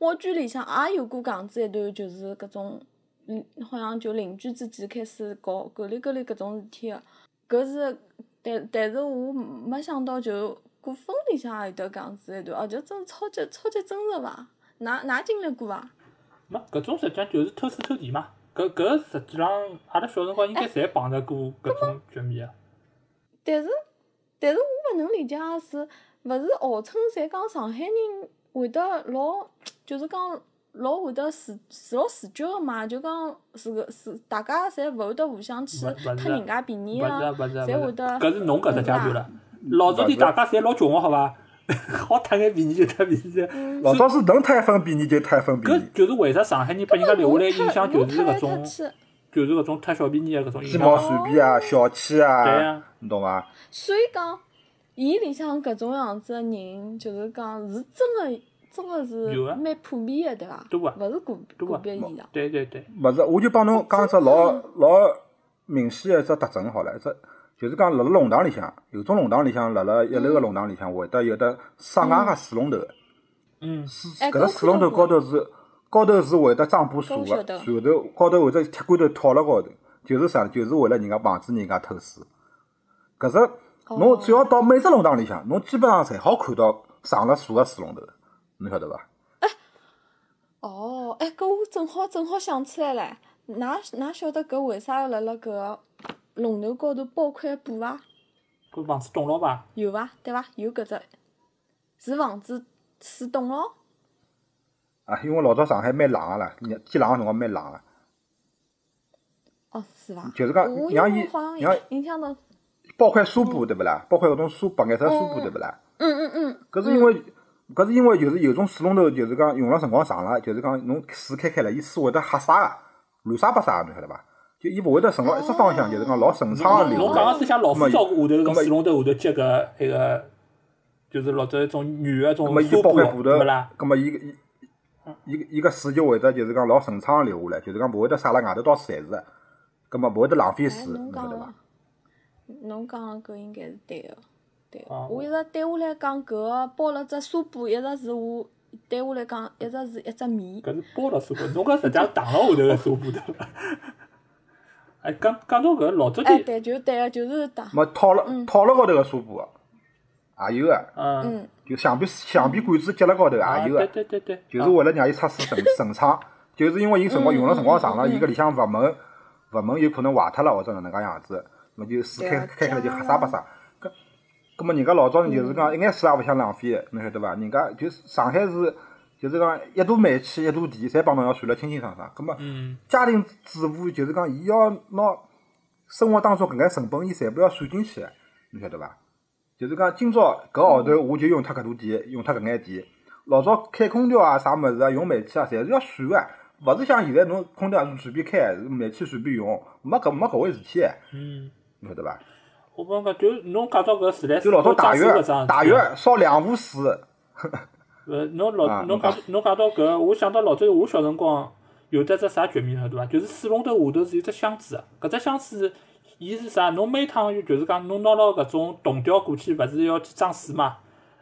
S4: 蜗居里向也有过搿样子一段，就是搿种嗯，好像就邻居之间开始搞狗里狗里搿种事体个。搿是，但但是我没想到就过分里向也有得搿样子一段，而且真超级超级真实伐？㑚㑚经历过伐？
S3: 没搿种实际上就是偷师偷弟嘛。搿搿实际上阿拉小辰光应该侪碰着过搿种局面啊。
S4: 但是但是我勿能理解个是，勿是号称侪讲上海人会得老，就是讲老会得自自老自觉个嘛，就讲自个自大家侪勿会得互相去
S3: 勿勿是
S4: 贪人家便宜
S3: 勿是啊，勿是啊，
S4: 侪
S3: 勿
S4: 会
S3: 是
S4: 得
S3: 啊。搿是侬搿只阶
S4: 对伐
S3: 段了。老早点大家侪老穷个好伐？ 好脱眼便宜就脱便宜。啊
S4: 嗯
S2: 老早是能摊一分便宜就摊一分便
S3: 搿
S2: 宜，
S3: 就是为啥上海人拨人家留下来印象
S4: 我
S3: 就是
S4: 特
S3: 搿
S4: 来特
S3: 种，
S4: 去，
S3: 就是搿种贪小便宜的搿种印
S2: 鸡
S3: 象
S2: 毛
S3: 嘛。
S2: 蒜皮啊，小气
S3: 对
S2: 啊
S3: 呀，
S2: 你懂伐？
S4: 所以讲，伊里向搿种样子的人，就是讲是真的，真的
S3: 有啊
S4: 是蛮普遍的，对伐？
S3: 对啊
S4: 勿是个
S3: 对啊
S4: 个别现象。
S3: 对对对，
S2: 勿是，我就帮侬讲一只老老明显的一只特征好了，一只就是讲辣辣弄堂里向，有种弄堂里向辣辣一楼个弄堂里向会得有得上外个水龙头，
S3: 嗯，
S2: 水
S4: 哎
S2: 搿个水龙头高头是高头是会得装把锁
S4: 我晓
S2: 个，
S4: 得
S2: 然后高头会得铁罐头套辣高头，就是啥？就是为了人家防止人家偷水。搿只侬只要到每只弄堂里向，侬基本上侪好看到上了锁个水龙头，侬晓得伐？
S4: 哦，哎，搿我正好正好想起来了，哪哪晓得搿为啥要辣辣搿个龙头高头包块布伐？
S3: 搿房子懂了伐？
S4: 有伐？对伐？有搿只，是防止水冻咯。
S2: 啊，因为老早上海蛮冷个啦，热天冷个辰光蛮冷个。
S4: 哦，是伐？
S2: 就是讲
S4: 我
S2: 让
S4: 因为
S2: 伊
S4: 好像
S2: 让
S4: 影响到，
S2: 包块纱布对不啦？包块搿种纱布，颜色纱布对不啦？
S4: 嗯嗯嗯，
S2: 搿是因为搿是因为就是有种水龙头，就是讲用了辰光长了，就是讲侬水开开了，伊水会得吓沙个，乱沙八沙个，侬晓得伐？就伊勿会得顺
S3: 哦
S2: 牢一只方向，就是讲老顺畅个
S3: 侬
S2: 流
S3: 侬讲
S2: 动。
S3: 个是像老
S2: 那
S3: 虎
S2: 么
S3: 照顾下头
S2: 那么
S3: 搿水龙头下头接搿那个，就是老早一种女个
S2: 葛
S3: 种
S2: 么伊
S3: 纱
S2: 包
S3: 布
S2: 块
S3: 的，
S2: 布头
S3: 对勿啦？，
S2: 葛么伊个伊伊个伊个水就会得就是讲老顺畅个流下来，就是讲勿会得洒辣外头到处侪是的，葛么勿会得浪费
S4: 哎，
S2: 水，
S4: 侬
S2: 侬晓
S4: 讲
S2: 得
S4: 个
S3: 啊
S2: 伐？，
S4: 侬讲个搿应该是对个，对个。
S3: 哦
S4: 我一直对我来讲，搿个包了只纱布，一直是我对我来讲，一直是一只谜。
S3: 搿是包了纱布，侬搿实际上打了下头个纱布对伐？哎，讲讲到搿老早
S4: 哎，
S3: 的，
S4: 对，就是对个，就是打，
S2: 么套了套了高头个纱布也有个，
S3: 嗯，
S4: 嗯，
S2: 就橡皮橡皮管子接了高头
S3: 啊，
S2: 也有
S3: 对
S2: 个。
S3: 对对对，啊
S2: 就是为了让伊测试顺顺畅，就是因为伊辰
S4: 嗯
S2: 光用了辰光长了，伊搿里向阀门阀门有可能坏脱了或者哪能介样子，那就水开
S4: 对啊
S2: 开开了就
S4: 这样
S2: 黑沙巴沙。搿搿么人家老早人
S4: 嗯
S2: 就是讲一眼水也勿想浪费的，侬晓得伐？人家就是上海是就是讲一大煤气一大电，侪帮侬要算了清清爽爽。搿么
S3: 嗯，
S2: 家庭主妇就是讲伊要拿生活当中搿眼成本，伊全部要算进去的，侬晓得伐？就是讲今朝搿号头我就用脱搿大电，用脱搿眼电。老早开空调啊，啥物事啊，用煤气啊，侪是要算个，勿是像现在侬空调随便开，煤气随便用，没搿没搿回事体的，
S3: 嗯，
S2: 侬晓得伐？
S3: 我帮侬讲，就侬讲到搿自来
S2: 就
S3: 水
S2: 老早
S3: 包
S2: 大
S3: 装
S2: 浴
S3: 水搿桩事体，
S2: 大浴烧两壶水，
S3: 呃，侬
S2: 啊
S3: 老侬讲侬讲到搿，我想到老早我小辰光有得只啥局面了，对伐？就是水龙头下头是有只箱子的，搿只箱子伊是啥？侬每趟就是讲侬拿牢搿种铜条过去，勿是要去装水嘛？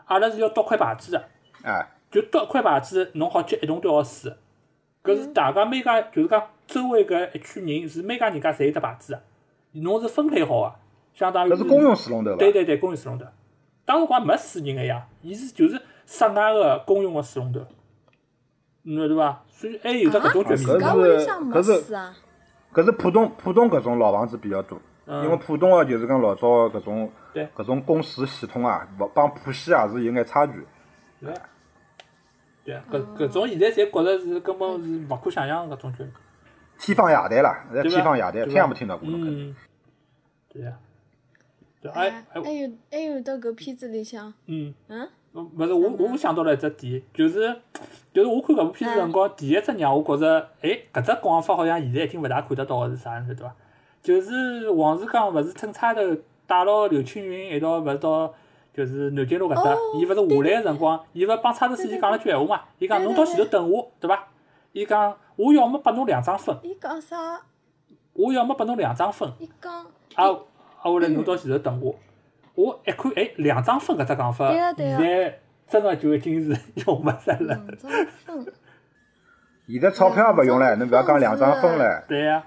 S3: 阿拉是要倒块牌子的，
S2: 哎，
S3: 就倒块牌子，侬好接一桶多少水。搿是大家每家就是讲周围搿一圈人是每家人家侪有得牌子的，啊侬是分配好个、相当于
S2: 搿是公用水龙头伐？
S3: 对对对，公用水龙头。当时光没私人个呀，伊是就是室外个公用个水龙头，侬晓得伐？所以还有得搿种局
S2: 搿
S3: 面
S2: 是
S3: 的。
S4: 搿屋里向没
S2: 搿是
S4: 水啊。
S2: 搿是浦东浦东搿种老房子比较多，
S3: 嗯
S2: 因为浦东个就是讲老早搿种
S3: 对
S2: 搿种供水系统啊，勿帮浦西也是有眼差距。
S3: 对啊对啊，搿搿种现在侪觉着是根本是勿可想象的搿种局面。
S2: 天方夜谭啦，现在
S3: 对伐
S2: 天方夜谭，
S3: 对伐
S2: 听也没听到过。侬搿
S3: 嗯，对呀。对，哎
S4: 哎，
S3: 哎
S4: 还，有还有的搿片子里向，
S3: 嗯，
S4: 嗯，
S3: 勿是我我想到了一只点，就是就是我看搿部片子辰光，第一只让我觉着，哎，搿只讲法好像现在已经勿大看得到个是啥，侬晓得伐？就是王世刚勿是趁差头带牢刘青云一道勿是到就是南京路搿搭
S4: 哦，
S3: 伊勿是下来个辰光，伊勿帮差头司机讲了句闲话嘛，伊讲
S4: 对
S3: 侬
S4: 对
S3: 到前头等我，对伐？伊讲我要么拨侬两张分，
S4: 伊讲啥？
S3: 我要么拨侬两张分，
S4: 伊讲，
S3: 啊啊！后来侬到前头等我，我一看，哎，两张分搿只讲法，
S4: 对啊
S3: 现
S4: 对啊嗯
S3: 在真个就已经是 用勿着了。
S4: 两张分。
S2: 现在钞票也勿用了，
S4: 两
S2: 侬
S4: 张
S2: 勿要讲两张分了，
S3: 对啊呀、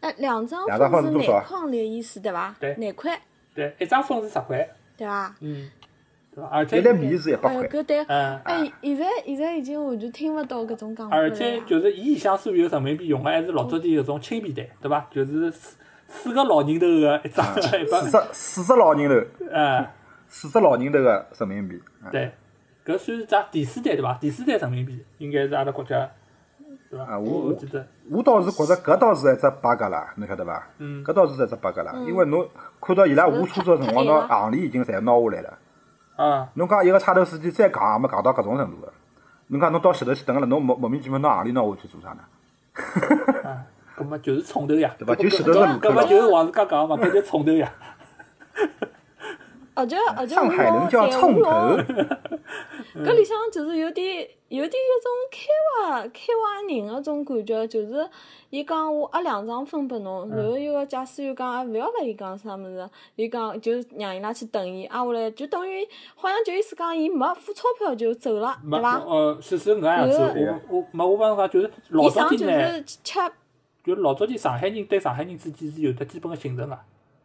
S4: 哎，两张
S2: 两张分
S4: 分是
S2: 是多少
S4: 廿块的意思对伐？
S3: 对
S4: 廿块
S3: 对，一张分是十块，
S4: 对伐？
S3: 嗯，对伐？而
S2: 一袋
S3: 且，
S2: 米是一百
S4: 哎呦，
S2: 块。
S4: 搿对，
S3: 嗯，
S4: 哎，现在现在已经完全听勿到搿种讲法了
S3: 而
S4: 呀。
S3: 且就是伊里向所有人民币用个还是老早点搿种青皮袋，对伐？就是四四个老人头个一张一
S2: 啊四
S3: 百，
S2: 只四只老人头，
S3: 嗯，
S2: 四只老人头个人民币。啊
S3: 对，搿算是只第四代对伐？第四代人民币应该是阿拉国家，对伐？
S2: 啊我
S3: 我记得，
S2: 我倒是觉着搿倒是一只 bug 啦，侬晓得伐？
S3: 嗯
S2: 搿倒是一只 bug 啦，因为侬看到伊拉
S4: 嗯
S2: 下车子辰光，拿
S4: 太矮了
S2: 行李已经侪拿下来了，
S3: 啊，
S2: 侬讲一个差头司机再戆也没戆到搿种程度个。侬讲侬到前头去等了，侬莫莫名其妙侬何里拿我去做啥呢？
S3: 搿么就是冲头呀，
S2: 对伐？
S3: 搿么
S2: 就前头个路
S3: 搿
S2: 口
S3: 么
S2: 了。
S3: 就是王自家讲个嘛，搿就冲头呀。
S4: 而且而且
S2: 上海人叫冲头，嗯
S4: 搿里向就是有点有点一种开挖开挖人的种感觉，就是伊讲我压两张分拨侬，
S2: 嗯
S4: 然后一个驾驶员讲也啊勿要了，伊讲啥物事，伊讲就让伊拉去等伊，挨下来就等于好像就意思讲伊没付钞票就走了，
S3: 没，
S4: 对伐？
S3: 呃，是是搿样子。
S2: 有
S3: 我我没我帮侬讲，就是老
S4: 伊
S3: 早
S4: 上
S3: 天
S4: 就
S3: 呢，
S4: 是吃
S3: 就是老早天上海人对上海人之间是有得基本个信任个，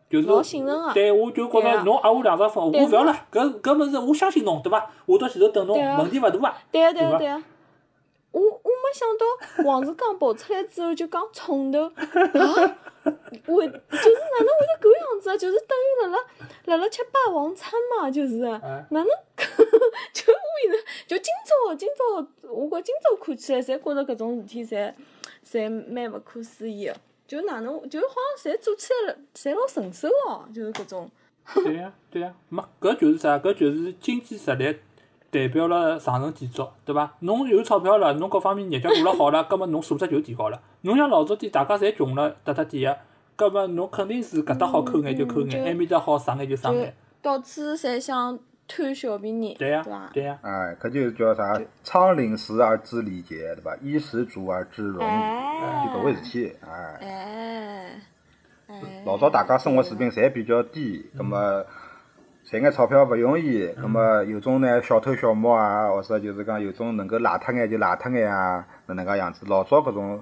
S3: 就是
S4: 老信任个
S3: 对，我就觉
S4: 对
S3: 着
S4: 啊
S3: 侬压我两张分，我
S4: 但是
S3: 勿要了，搿搿物事我相信侬，对伐？我到前头等侬
S4: 对，啊
S3: 问题勿大啊。
S4: 对啊对
S3: 对
S4: 啊
S3: 伐
S4: 对啊。我我没想到王志刚跑出来之后就讲冲头，啊，我就是哪能会得搿样子啊？就是等于辣辣辣辣吃霸王餐嘛，就是啊
S3: 哎
S4: 哪能 就我现在就今朝今朝，我觉今朝看起来侪觉着搿种事体侪侪蛮勿可思议个，就哪能就好像侪做起来了，侪老顺手哦，就是搿种。
S3: 对呀、对啊呀、没搿就是啥？搿就是经济实力代表了上层建筑，对伐？侬有钞票了，侬各方面日脚过了好 了，葛末侬素质就提高了。侬像老早天大家侪穷了，搭搭底个，葛末侬肯定是搿搭好抠眼就抠
S4: 嗯就
S3: 眼，埃面搭好省眼就省
S4: 就
S3: 眼。
S4: 到处侪想贪小便宜，
S3: 对呀、啊
S4: 伐？
S3: 对呀、
S2: 哎，搿就叫啥？仓廪实而知礼节，对伐？衣食足而知
S3: 嗯
S2: 荣辱，
S4: 哎
S2: 就搿回事体。哎，
S4: 哎，哎
S2: 老早大家生活水平侪比较低，葛么赚眼钞票勿容易，葛么有种呢小偷小摸啊，或者就是讲有种能够邋遢眼就邋遢眼啊，哪能介样子？老早搿种。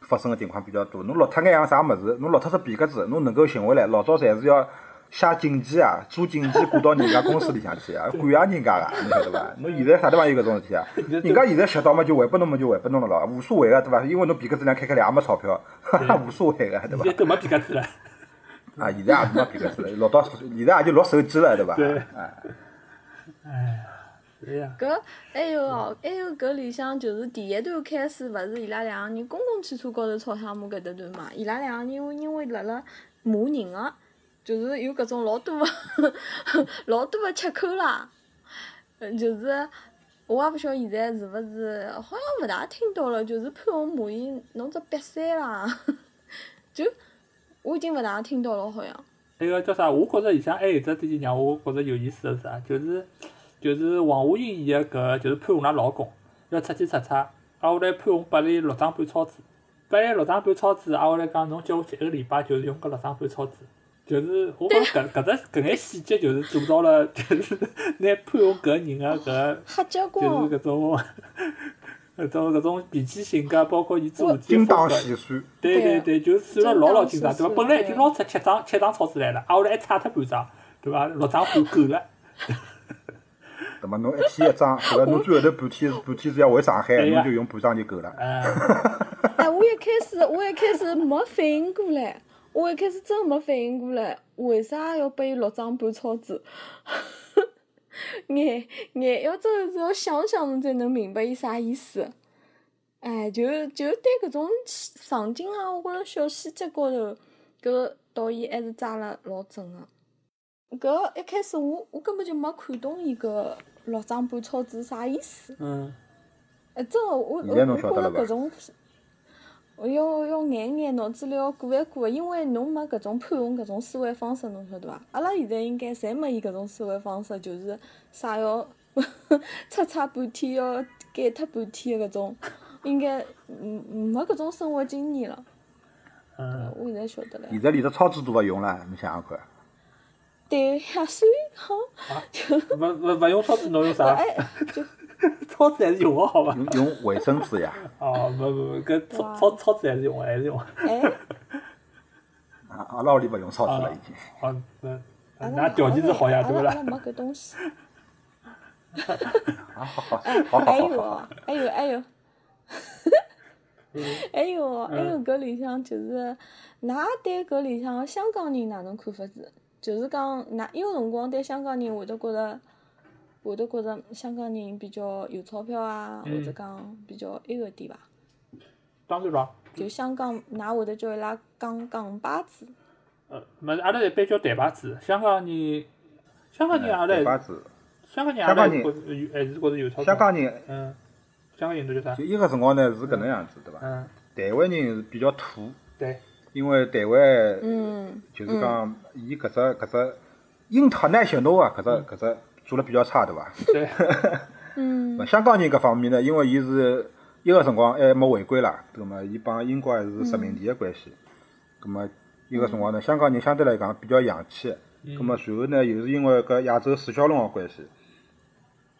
S2: 发生的情况比较多，侬落脱眼样啥物事，侬落脱只皮夹子，侬能够寻回来，老早侪是要写锦旗啊，做锦旗挂到人家公司里向去啊，感谢人家个，侬晓得伐？侬现在啥地方有搿种事体啊？人家现在拾到嘛就还拨侬嘛就还拨侬了咯，无所谓啊个对伐？因为侬皮夹子量开开来也没钞票，哈哈，无所谓个啊对伐
S3: 现在？都没皮夹子了。
S2: 啊，现在也没皮夹子了，落到现在也就落手机了对伐？
S3: 对
S2: 啊，
S3: 对呀、
S4: 搿还有哦，还有搿里向就是第一段开始，勿是伊拉两个人公共汽车高头吵相骂搿搭段嘛？伊拉两个人因为辣辣骂人个，就是有搿种老多个 老多个切口啦，嗯，就是。我也勿晓得现在是勿是，好像勿大听到了，就是潘虹骂伊弄只瘪三啦， 就我已经勿大听到了，好像。
S3: 那个叫啥？我觉着哎里向还有只事体让我觉着有意思的是啥？就是就是王华英演个搿就是潘虹拉老公要出去出差，挨下来潘虹拨了伊六张半钞纸，拨伊六张半钞纸，挨下来讲侬叫我一个礼拜就是用搿六张半钞纸。就是我觉着搿搿只搿眼细节，就是做到了， 就是拿潘虹搿个人个
S4: 瞎结
S3: 搿就
S4: 棍
S3: 是搿种 搿种搿种脾气性格，包括伊做事体
S2: 精
S3: 的风
S2: 打
S3: 格，
S2: 细算，
S3: 对对对，就算了老老清爽，对伐？
S4: 对
S3: 本来已经捞出七张七张草纸来了，挨下来还差脱半张，对伐？六张半够了。
S2: 那么侬一天一张，对伐？侬最后头半天是半天是要回上海，
S3: 对呀
S2: 侬就用半张就够了。
S3: 哎，
S4: 哎，我一开始我一开始没反应过来，我一开始真没反应过来，为啥要拨伊六张半钞纸？ 眼眼要真的是要想想侬才能明白伊啥意思。哎，就就对搿种场景啊，我觉着小细节高头，搿导演还是抓了老准个、搿一开始我我根本就没看懂伊搿六张半钞纸啥意思。
S3: 嗯，
S4: 呃，真个，我我
S2: 现在侬
S4: 我
S2: 晓
S4: 觉
S2: 得了
S4: 着
S2: 吧
S4: 搿种，我要要眼眼脑子里要过一过，因为侬没搿种潘虹搿种思维方式，侬晓得伐？阿拉现在应该侪没伊搿种思维方式，就是啥要 擦擦半天，要改脱半天的搿种，应该嗯没搿种生活经验了。
S3: 嗯，
S4: 我现在晓得了。
S2: 现在连只超纸都勿用了，侬想想看。
S4: 对呀，所以好，
S3: 啊勿勿勿用草纸，侬用啥？
S4: 哎，就
S3: 草纸还是用个好伐？
S2: 用用卫生纸呀，
S3: 哦，勿勿，搿草
S4: 哇
S3: 草草纸还是用的，还是用的。
S4: 哎，
S2: 啊阿拉屋里勿用钞纸了已经。
S3: 哦，那
S4: 阿拉
S3: 那条件是好呀，
S4: 阿
S3: 对
S4: 拉
S3: 勿
S4: 阿拉
S3: 啦？
S4: 没搿东西。
S2: 啊，好好好好
S4: 还
S2: 好
S4: 有
S2: 好，
S4: 哦，还有还有，
S3: 嗯
S4: 还有哦，还有搿里向就是，㑚对搿里向的香港人哪能看法子？就是讲，㑚有辰光对香港人会得觉着，会得觉着香港人比较有钞票啊，
S3: 嗯
S4: 或者讲比较埃个点伐？
S3: 当然咯，
S4: 就香港，㑚会得叫伊拉讲港巴子，
S3: 呃，么阿拉一般叫台牌子，香港人，香港人阿拉
S2: 对
S3: 还
S2: 吧
S3: 是
S2: 嗯子，
S3: 香港人
S2: 香港人
S3: 也觉得有还是觉得有钞
S2: 香
S3: 票。
S2: 港人
S3: 嗯，香港人都叫啥
S2: 就？伊个辰光呢是搿能样子，对伐？
S3: 嗯，
S2: 台湾人是比较土，
S3: 对，
S2: 因为台湾
S4: 嗯
S2: 就是讲伊搿只搿只 international 啊，搿
S3: 嗯
S2: 只搿只做了比较差，对伐？
S3: 对，
S4: 嗯
S2: 那香港人搿方面呢，因为伊是一个辰光还没回归啦，葛末伊帮英国还是殖民地个关系，葛末一个辰光呢，香港人相对来讲比较洋气，葛末随后呢，又是因为搿亚洲四小龙个关系，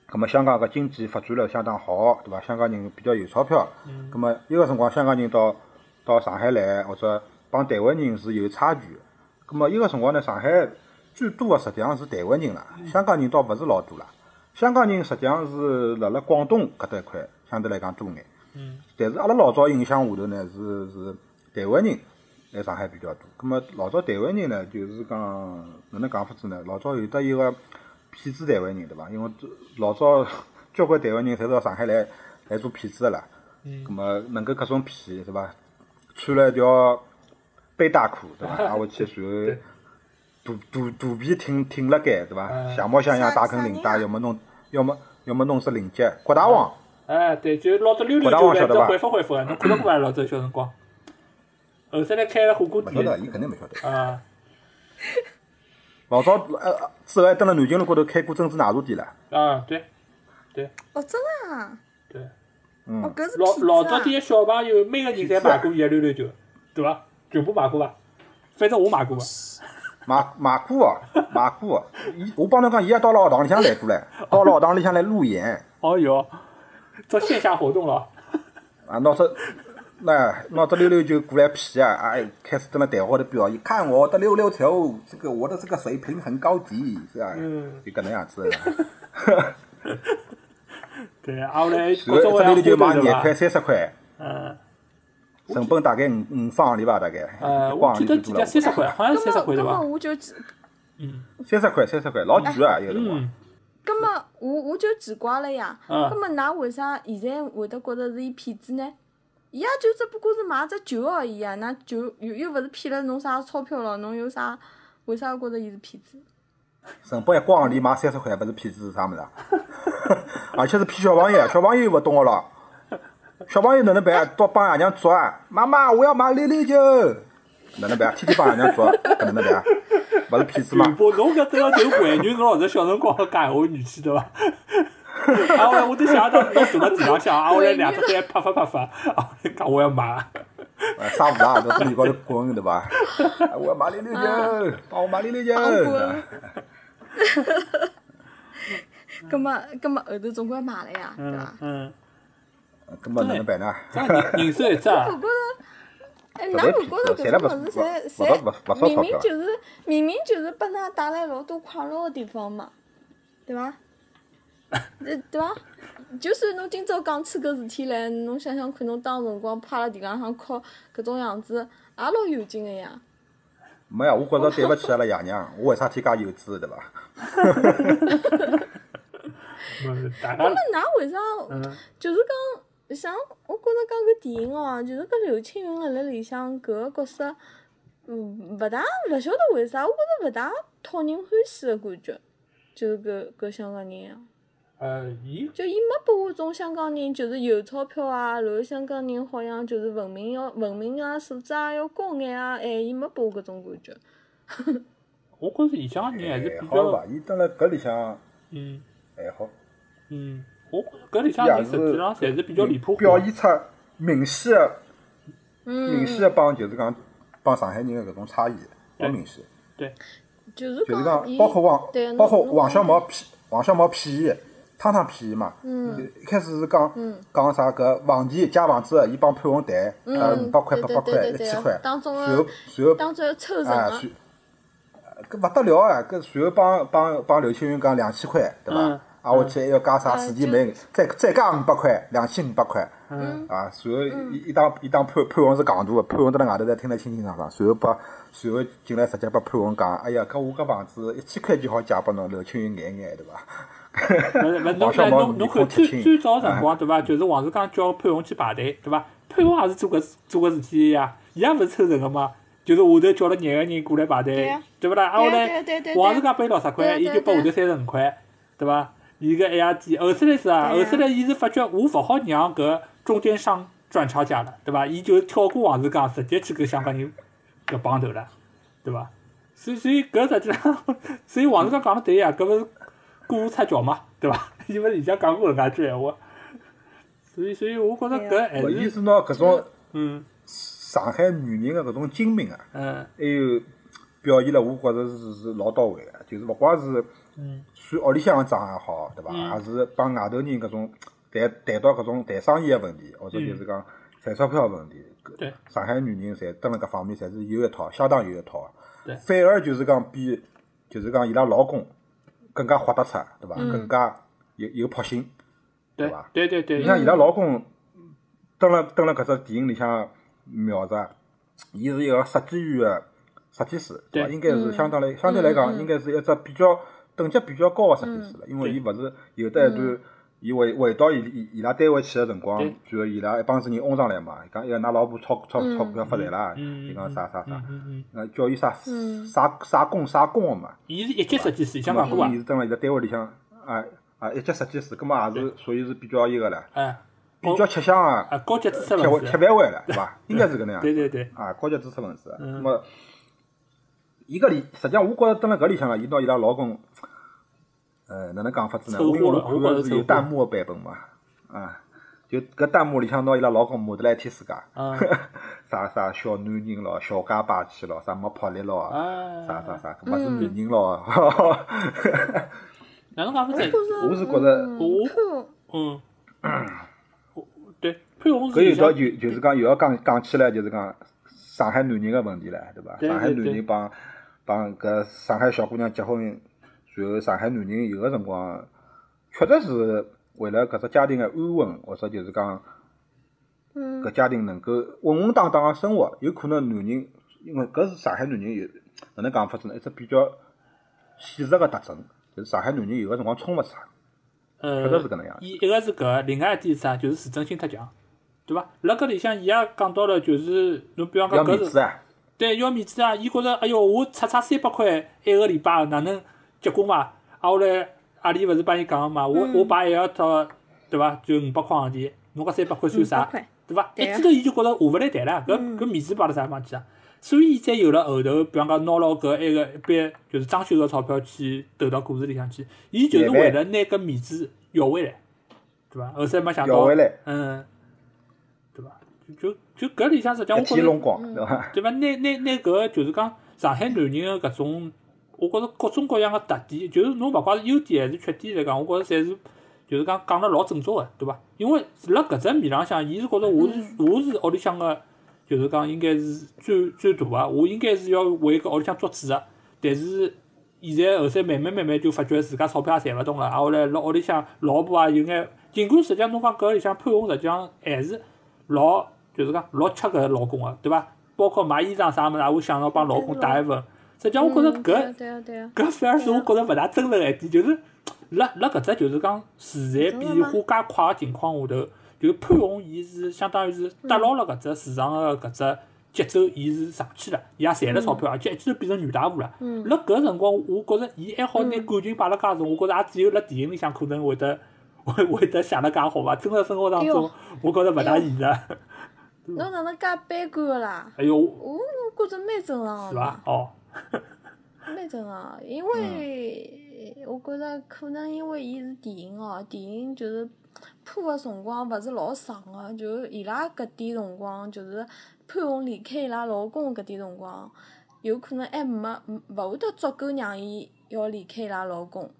S2: 葛末香港搿经济发展了相当好，对伐？香港人比较有钞票，葛末一个辰光香港人到到上海来，或者帮台湾人是有差距的，葛末一个辰光呢，上海最多个实际上是台湾人啦，香港人倒勿是老多啦。香港人实际上是辣辣广东搿搭一块相对来讲多眼，
S3: 嗯，
S2: 但是阿拉老早印象下头呢是是台湾人来上海比较多。葛末老早台湾人呢，就是讲哪能讲法子呢？老早有得一个骗子台湾人对伐？因为老早 交关台湾人侪到上海来来做骗子个啦。
S3: 嗯
S2: 葛末能够搿种骗对伐？穿了一条背带裤对伐？挨下去随后
S3: 对。
S2: 肚肚肚皮挺挺辣盖，对伐？
S3: 嗯
S2: 像模像样
S4: 啥
S2: 打根领
S4: 啥
S2: 带，
S4: 人啊
S2: 要么弄，要么要么弄只领结。郭大王，
S3: 哎，对，就老早溜溜
S2: 我大
S3: 就
S2: 王
S3: 来
S2: 晓得
S3: 这
S2: 吧
S3: 恢复恢复的，侬看到过伐？老早小辰光，后头来开了火锅
S2: 勿晓得，
S3: 店，
S2: 伊肯定勿晓得。
S3: 啊，
S2: 老早呃之后还蹲辣南京路高头开过珍珠奶茶店了。
S3: 啊，对，对，
S4: 哦，真的啊，
S3: 对，
S4: 哦，搿是
S3: 嗯老老早
S4: 痞
S3: 点个
S4: 子啊，
S3: 小朋友，每个人侪买过伊个溜溜球，对伐？全部买过伐？反正我买过伐？
S2: 买买过哦，买过哦。伊我帮侬讲，伊也到了学堂里向来过唻，到了学堂里向来路演，
S3: 哦哟，做线下活动了，
S2: 啊，拿只那拿只溜溜球过来骗啊，哎，开始蹲辣台下头表演，看我的溜溜球，这个我的这个水平很高级，是吧？
S3: 嗯
S2: 就搿能 样子。
S3: 对，啊，后来
S2: 然
S3: 各种
S2: 后
S3: 各
S2: 只溜溜球
S3: 样活
S2: 卖
S3: 动对
S2: 廿
S3: 伐
S2: 块？三十块。
S3: 嗯，
S2: 成本大概五五方行钿吧，大概。
S3: 呃，
S2: 嗯一方
S3: 我记
S2: 行
S3: 得
S2: 钿
S3: 记
S2: 最
S3: 得
S2: 多
S3: 三十块，啊好像是三十
S4: 么
S3: 块对
S4: 根
S3: 伐
S4: 么？我就只，
S2: 三十块，三十块，老贵啊，有辰光。
S3: 嗯，
S4: 根么我我就奇怪了呀，
S3: 嗯
S4: 根么㑚为啥现在会得觉得是伊骗子呢？伊也就只不过是买只球而已啊，那球又又勿是骗了侬啥钞票了，侬有啥为啥觉得伊是骗子？
S2: 成本一光行钿卖三十块，勿是骗子是啥物事啊？而且是骗小朋友，小朋友勿懂个咯。小朋友哪能办？到帮爷娘捉啊！妈妈，我要买溜溜球。哪能办？天天帮爷娘捉，搿哪能办？勿是骗子
S3: 传
S2: 吗？
S3: 播侬搿真个就还原侬老早小辰光的家闲话语气对伐？啊，我我都想到到坐辣地浪向，啊，我来两只三啪啪啪啪，啊，我来讲我要买，
S2: 哎啥无啊？到地高头滚对伐？哎我要买溜溜球，帮我买溜溜球。
S4: 帮我滚根么根么后头总归买了呀，对伐
S3: 嗯？嗯，
S2: 搿么哪能办呢？
S3: 真的人人手一只啊，
S4: 我觉着，哎，
S2: 不
S4: 㑚
S2: 对
S4: 会觉着
S2: 骗
S4: 搿
S2: 子
S4: 种物事
S2: 谁来
S4: 侪
S2: 不不
S4: 侪
S2: 不不不
S4: 明
S2: 钞
S4: 明
S2: 票
S4: 就是明明就是拨㑚带来老多快乐的地方嘛，对伐？ 呃，对伐？就算侬今朝讲起搿事体来，侬想想看，侬当辰光趴辣地浪向哭搿种样子，也老有劲个呀。
S2: 没呀，我觉着对勿起阿拉爷娘，我为啥体介幼稚对伐？
S3: 嗯大
S4: 那
S3: 家
S4: 么㑚为啥
S3: 嗯
S4: 就是讲像我觉着讲搿电影哦，就是搿刘青云啊辣辣里向搿个角色，嗯，勿大勿晓得为啥，我觉着勿大讨人欢喜的感觉，就是搿搿香港人啊，
S3: 呃，伊
S4: 就伊没拨我种香港人就是有钞票啊，然后香港人好像就是文明要文明啊，素质啊要高眼啊，哎，伊没拨我搿种感觉，
S3: 我觉着里向人还是比
S2: 还好
S3: 较
S2: 吧，，伊蹲辣搿里向
S3: 嗯
S2: 还好，
S3: 嗯，我觉着搿里向
S2: 伊也
S3: 人
S2: 是
S3: 实际上侪是比较离谱化啊
S2: 表现出明显的
S4: 嗯
S2: 明，显的帮就是讲帮上海人的搿种差异，老
S3: 对
S2: 明显。
S3: 对，
S4: 就是
S2: 就是
S4: 伊
S2: 讲，包括
S4: 嗯对
S2: 王，
S4: 侬
S2: 包括
S4: 侬
S2: 王小
S4: 讲
S2: 毛骗王小毛骗伊，汤汤骗伊嘛。
S4: 嗯。
S2: 一开始是讲
S4: 嗯
S2: 讲啥搿房钿加房子，伊帮潘虹谈，
S4: 嗯
S2: 呃五百块、八
S4: 对
S2: 百
S4: 对
S2: 块、
S4: 对
S2: 一
S4: 对
S2: 千
S4: 对
S2: 块，
S4: 当中
S2: 随后随后
S4: 当做凑成
S2: 啊，
S4: 了，
S2: 随，搿勿得了啊！搿随后帮帮帮刘青云讲两千块，对
S3: 嗯
S2: 伐？啊，我去还要加啥
S4: 啊
S2: 四弟
S4: 就
S2: 妹，再再加五百块，两千五百块。
S4: 嗯
S2: 啊，随后伊伊当伊当潘潘虹是戆大个，潘虹蹲辣外头侪听得清清爽爽。随后把随后进来直接把潘虹讲，哎呀，搿我搿房子一千块就好借拨侬，刘青云眼眼对伐？
S3: 勿是勿是侬
S2: 王小
S3: 来
S2: 毛
S3: 侬
S2: 面
S3: 侬看
S2: 孔啊
S3: 最
S2: 铁青
S3: 最早辰光对伐？就是王世刚叫潘虹去排队对伐？潘虹也是做搿事做搿事体的呀，伊也勿是凑成个嘛，就是下头叫了廿个人过来排
S4: 对
S3: 队
S4: 呀，
S3: 对勿啦？啊后
S4: 对呀
S3: 来
S4: 对对对对
S3: 王世刚拨伊六十块，
S4: 对啊
S3: 伊
S4: 对
S3: 就拨下头
S4: 对
S3: 三十五块，对伐？伊个 A R D，后头来是啊，
S4: 对
S3: 后
S4: 啊
S3: 头来伊是发觉我勿好让搿中间商赚差价了，对伐？伊就跳过黄浦江，直接去搿香港人搿帮头了，对伐？所以所以搿实际上，所以黄浦江讲得对呀，搿勿是过河拆桥嘛，对 伐？伊勿是以前讲过搿能介句闲话，所以所以我觉着
S4: 对
S3: 搿还
S2: 勿，伊
S3: 是
S2: 是拿搿种
S3: 嗯
S2: 上海女人的搿种精明啊，
S3: 嗯
S2: 还有表现了，我觉着是是老到位个，就是勿怪是
S3: 嗯
S2: 算屋里向个账也好，对伐？
S3: 嗯
S2: 也是帮外头人搿种谈谈到搿种谈生意个问题，或者就是讲赚钞票个问题。搿
S3: 嗯对
S2: 上海女人侪蹲辣搿方面侪是有一套，相当有一套啊
S3: 对。
S2: 反而就是讲比就是讲伊拉老公更加豁得出，对伐？
S3: 嗯
S2: 更加有有魄心。
S3: 对
S2: 对伐
S3: 对对对
S2: 你，像伊拉老公登了登了搿只电影里向描述啊，伊是一个设计院个设计师，对伐？
S3: 对
S2: 应该
S4: 嗯
S2: 是相当来相对来讲，应该是一只比较等级比较高个设
S4: 嗯
S2: 计师了，因为伊勿是有得一段。伊回回到伊伊伊拉单位去个辰光
S3: 对，
S2: 就伊拉一帮子人翁上来嘛，伊讲哎呀，㑚老婆炒炒
S4: 嗯
S2: 炒股票发财啦，
S3: 嗯
S2: 伊讲啥啥啥
S3: 嗯，嗯嗯，
S2: 呃，叫伊啥
S4: 嗯
S2: 啥啥工啥工个嘛，
S3: 伊是一级设计师，以前
S2: 那
S3: 讲过
S2: 么
S3: 伐
S2: 伊？是蹲辣伊拉单位里向，啊啊，一级设计师，葛末也是属于是比较伊个唻，
S3: 哎，
S2: 比较吃香个
S3: 啊，高级知识
S2: 铁
S3: 分
S2: 饭铁
S3: 子，
S2: 饭碗了，对 伐？应该是搿能样。
S3: 对 对对，
S2: 啊，高级知识分子。
S3: 嗯
S2: 那么，伊搿里实际上我觉着蹲辣搿里向啊，伊拿伊拉老公，呃，哪能讲法子呢？
S3: 凑合
S2: 因为我
S3: 了
S2: 看
S3: 我觉
S2: 个
S3: 着
S2: 是有
S3: 凑合
S2: 弹幕个版本嘛，啊，就搿弹幕里向拿伊拉老公骂得来一天世界，
S3: 嗯
S2: 啥啥小男人咯，小家霸气咯，啥没魄力咯，
S3: 啊，
S2: 啥啥啥，勿是男人咯， 哈哈。
S3: 哪能讲勿对？
S2: 我是觉着。
S3: 我
S4: 嗯
S3: 嗯，我对，潘虹
S2: 搿
S3: 是
S2: 又
S3: 里向
S2: 到就就是讲又要讲讲起来，就是讲上海男人个问题唻，对伐？
S3: 对
S2: 上海
S3: 对
S2: 男人帮帮搿上海小姑娘结婚，然后上海男人有个辰光，确实是为了搿只家庭个安稳，或者就是讲
S4: 嗯
S2: 搿家庭能够稳稳当当个生活，有可能男人因为搿是上海男人有哪能讲法子呢？一只比较现实个特征，就是上海男人有个辰光冲勿出。
S3: 呃，
S2: 确实是搿能样
S3: 伊一个是搿，另外一点是啥？就是自尊心太强，对伐？辣搿里向伊也讲到了，就是侬比方
S2: 要
S3: 讲
S2: 面
S3: 搿
S2: 子
S3: 是
S2: 啊，
S3: 对要面子啊，伊觉着哎哟，我出差三百块一个礼拜，哪能结棍嘛？啊，后来阿里勿是帮伊讲个嘛，我
S4: 嗯
S3: 我摆一个套，对伐？就五百块行钿，侬搿三百块算
S4: 五
S3: 啥
S4: 百？块
S3: 对伐？一
S4: 对啊
S3: 记头伊就觉着下勿来台了，搿
S4: 嗯
S3: 搿面子摆辣啥地方去啊？所以伊才有了后头，比方讲拿牢搿埃个一笔就是装修个钞票去投到股市里向去，伊就是为了拿搿面子要回来，对伐？后头没想到，
S2: 要回来
S3: 嗯，对伐？就就就搿里向实际上
S2: 一
S3: 我觉
S2: 天
S3: 着
S2: 弄，光，对伐？
S3: 对伐？拿拿拿搿就是讲上海男人个搿种，我觉着各种各样个特点，就是侬勿怪是优点还是缺点来讲，我觉着侪是。就是讲讲了老正宗个，对伐？因为辣搿只面浪向，伊是觉着我
S4: 嗯
S3: 是我是屋里向个，就是讲应该是最最大个，我应该是要为搿屋里向做主个。但是现在后头慢慢慢慢就发觉自家钞票也赚勿动了，啊，后来辣屋里向老婆啊有眼，尽管实际上侬讲搿里向潘虹实际上还是老就是讲老吃搿老公个、对伐？包括买衣裳啥物事，也会想到帮老公带一份。实际上我觉着
S4: 嗯
S3: 搿
S4: 对啊对啊
S3: 搿反而是我觉着勿大真实个一点，就是辣辣搿只就是讲时代变化加快个情况下头，就潘虹伊是相当于是
S4: 嗯
S3: 搭牢了搿只市场个搿只节奏，伊是上去了，伊也赚了钞票，而且一记头变成女大户了。
S4: 嗯
S3: 辣搿辰光，我觉着伊还好拿感情摆辣介重，我觉着也只有辣电影里向可能会得会会得写得介好伐？真实生活当中
S4: 哎，
S3: 我觉着勿大现实。
S4: 对啊，侬哪能介悲观个啦？
S3: 哎哟，
S4: 我我觉着蛮正常
S3: 是
S4: 个
S3: 伐
S4: 嘛，？
S3: 哦，
S4: 蛮正常的，啊因为我觉着可能因为伊是电影哦，电影就是铺个辰光勿是老长个，就是伊拉搿点辰光，就是潘虹离开伊拉老公搿点辰光，有可能还没勿会得足够让伊要离开伊拉老公。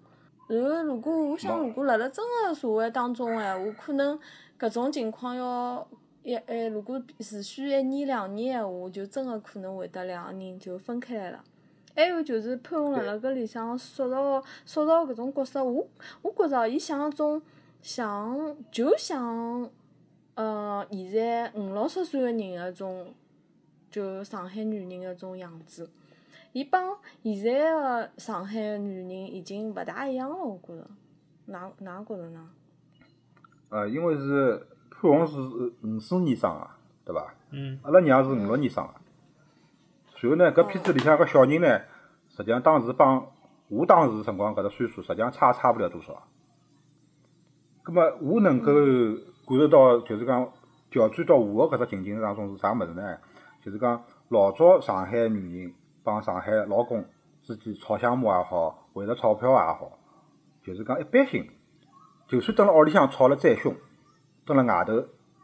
S4: 然后，如果我想，
S2: 没
S4: 如果辣辣真个社会当中哎，我可能搿种情况要一哎，如果持续一年两年闲话，就真个可能会得两个人就分开来了。还有就是潘虹辣辣搿里向塑造塑造搿种角色，我我觉着伊像一种像就像呃现在五六十岁个人个种就上海女人个种样子。伊帮现在个上海个女人已经勿大一样了，我觉着。哪哪觉着呢？
S2: 呃，因为是潘虹是呃嗯五四年生个，啊对伐？
S3: 嗯，
S2: 阿拉娘是五六年生啊个。随后呢，搿片子里向搿小人呢，实际上当时帮我当时辰光搿只岁数，实际上差也差勿了多少。咁么我能够感受到，就是讲调转到我个搿只情境当中是啥物事呢？就是讲老早上海女人帮上海老公之间吵相骂也好，为了钞票也好，就是讲一般性，就算蹲辣屋里向吵了再凶，蹲辣外头，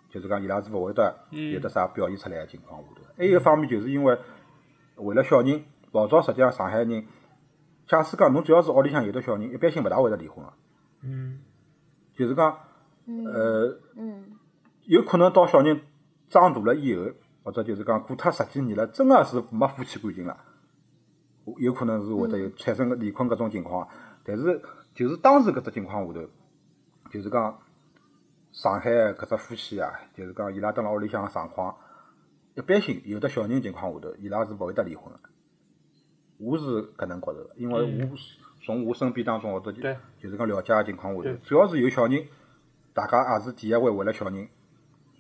S2: 就是讲伊拉是勿会得有得啥表现出来个情况下头。还有一方面，就是因为为了小人，老早实际上上海人，假使讲侬只要是屋里向有得小人，一般性勿大会得离婚个。啊
S3: 嗯，
S2: 就是讲，
S4: 嗯
S2: 呃，
S4: 嗯
S2: 有可能到小人长大了以后，或者就是讲过脱十几年了，真个是没夫妻感情了，有可能是会得有
S4: 嗯
S2: 产生离婚搿种情况。啊但是就是当时搿只情况下头，就是讲上海搿只夫妻啊，就是讲伊拉蹲辣屋里向个状况，一般性有的小人情况下头，伊拉是勿会得离婚个。我是搿能觉着个，因为
S3: 嗯
S2: 我是从我身边当中或者就
S3: 对
S2: 就是讲了解个情况下头
S3: 对，
S2: 只要是有小人，大家也是第一位为了小人，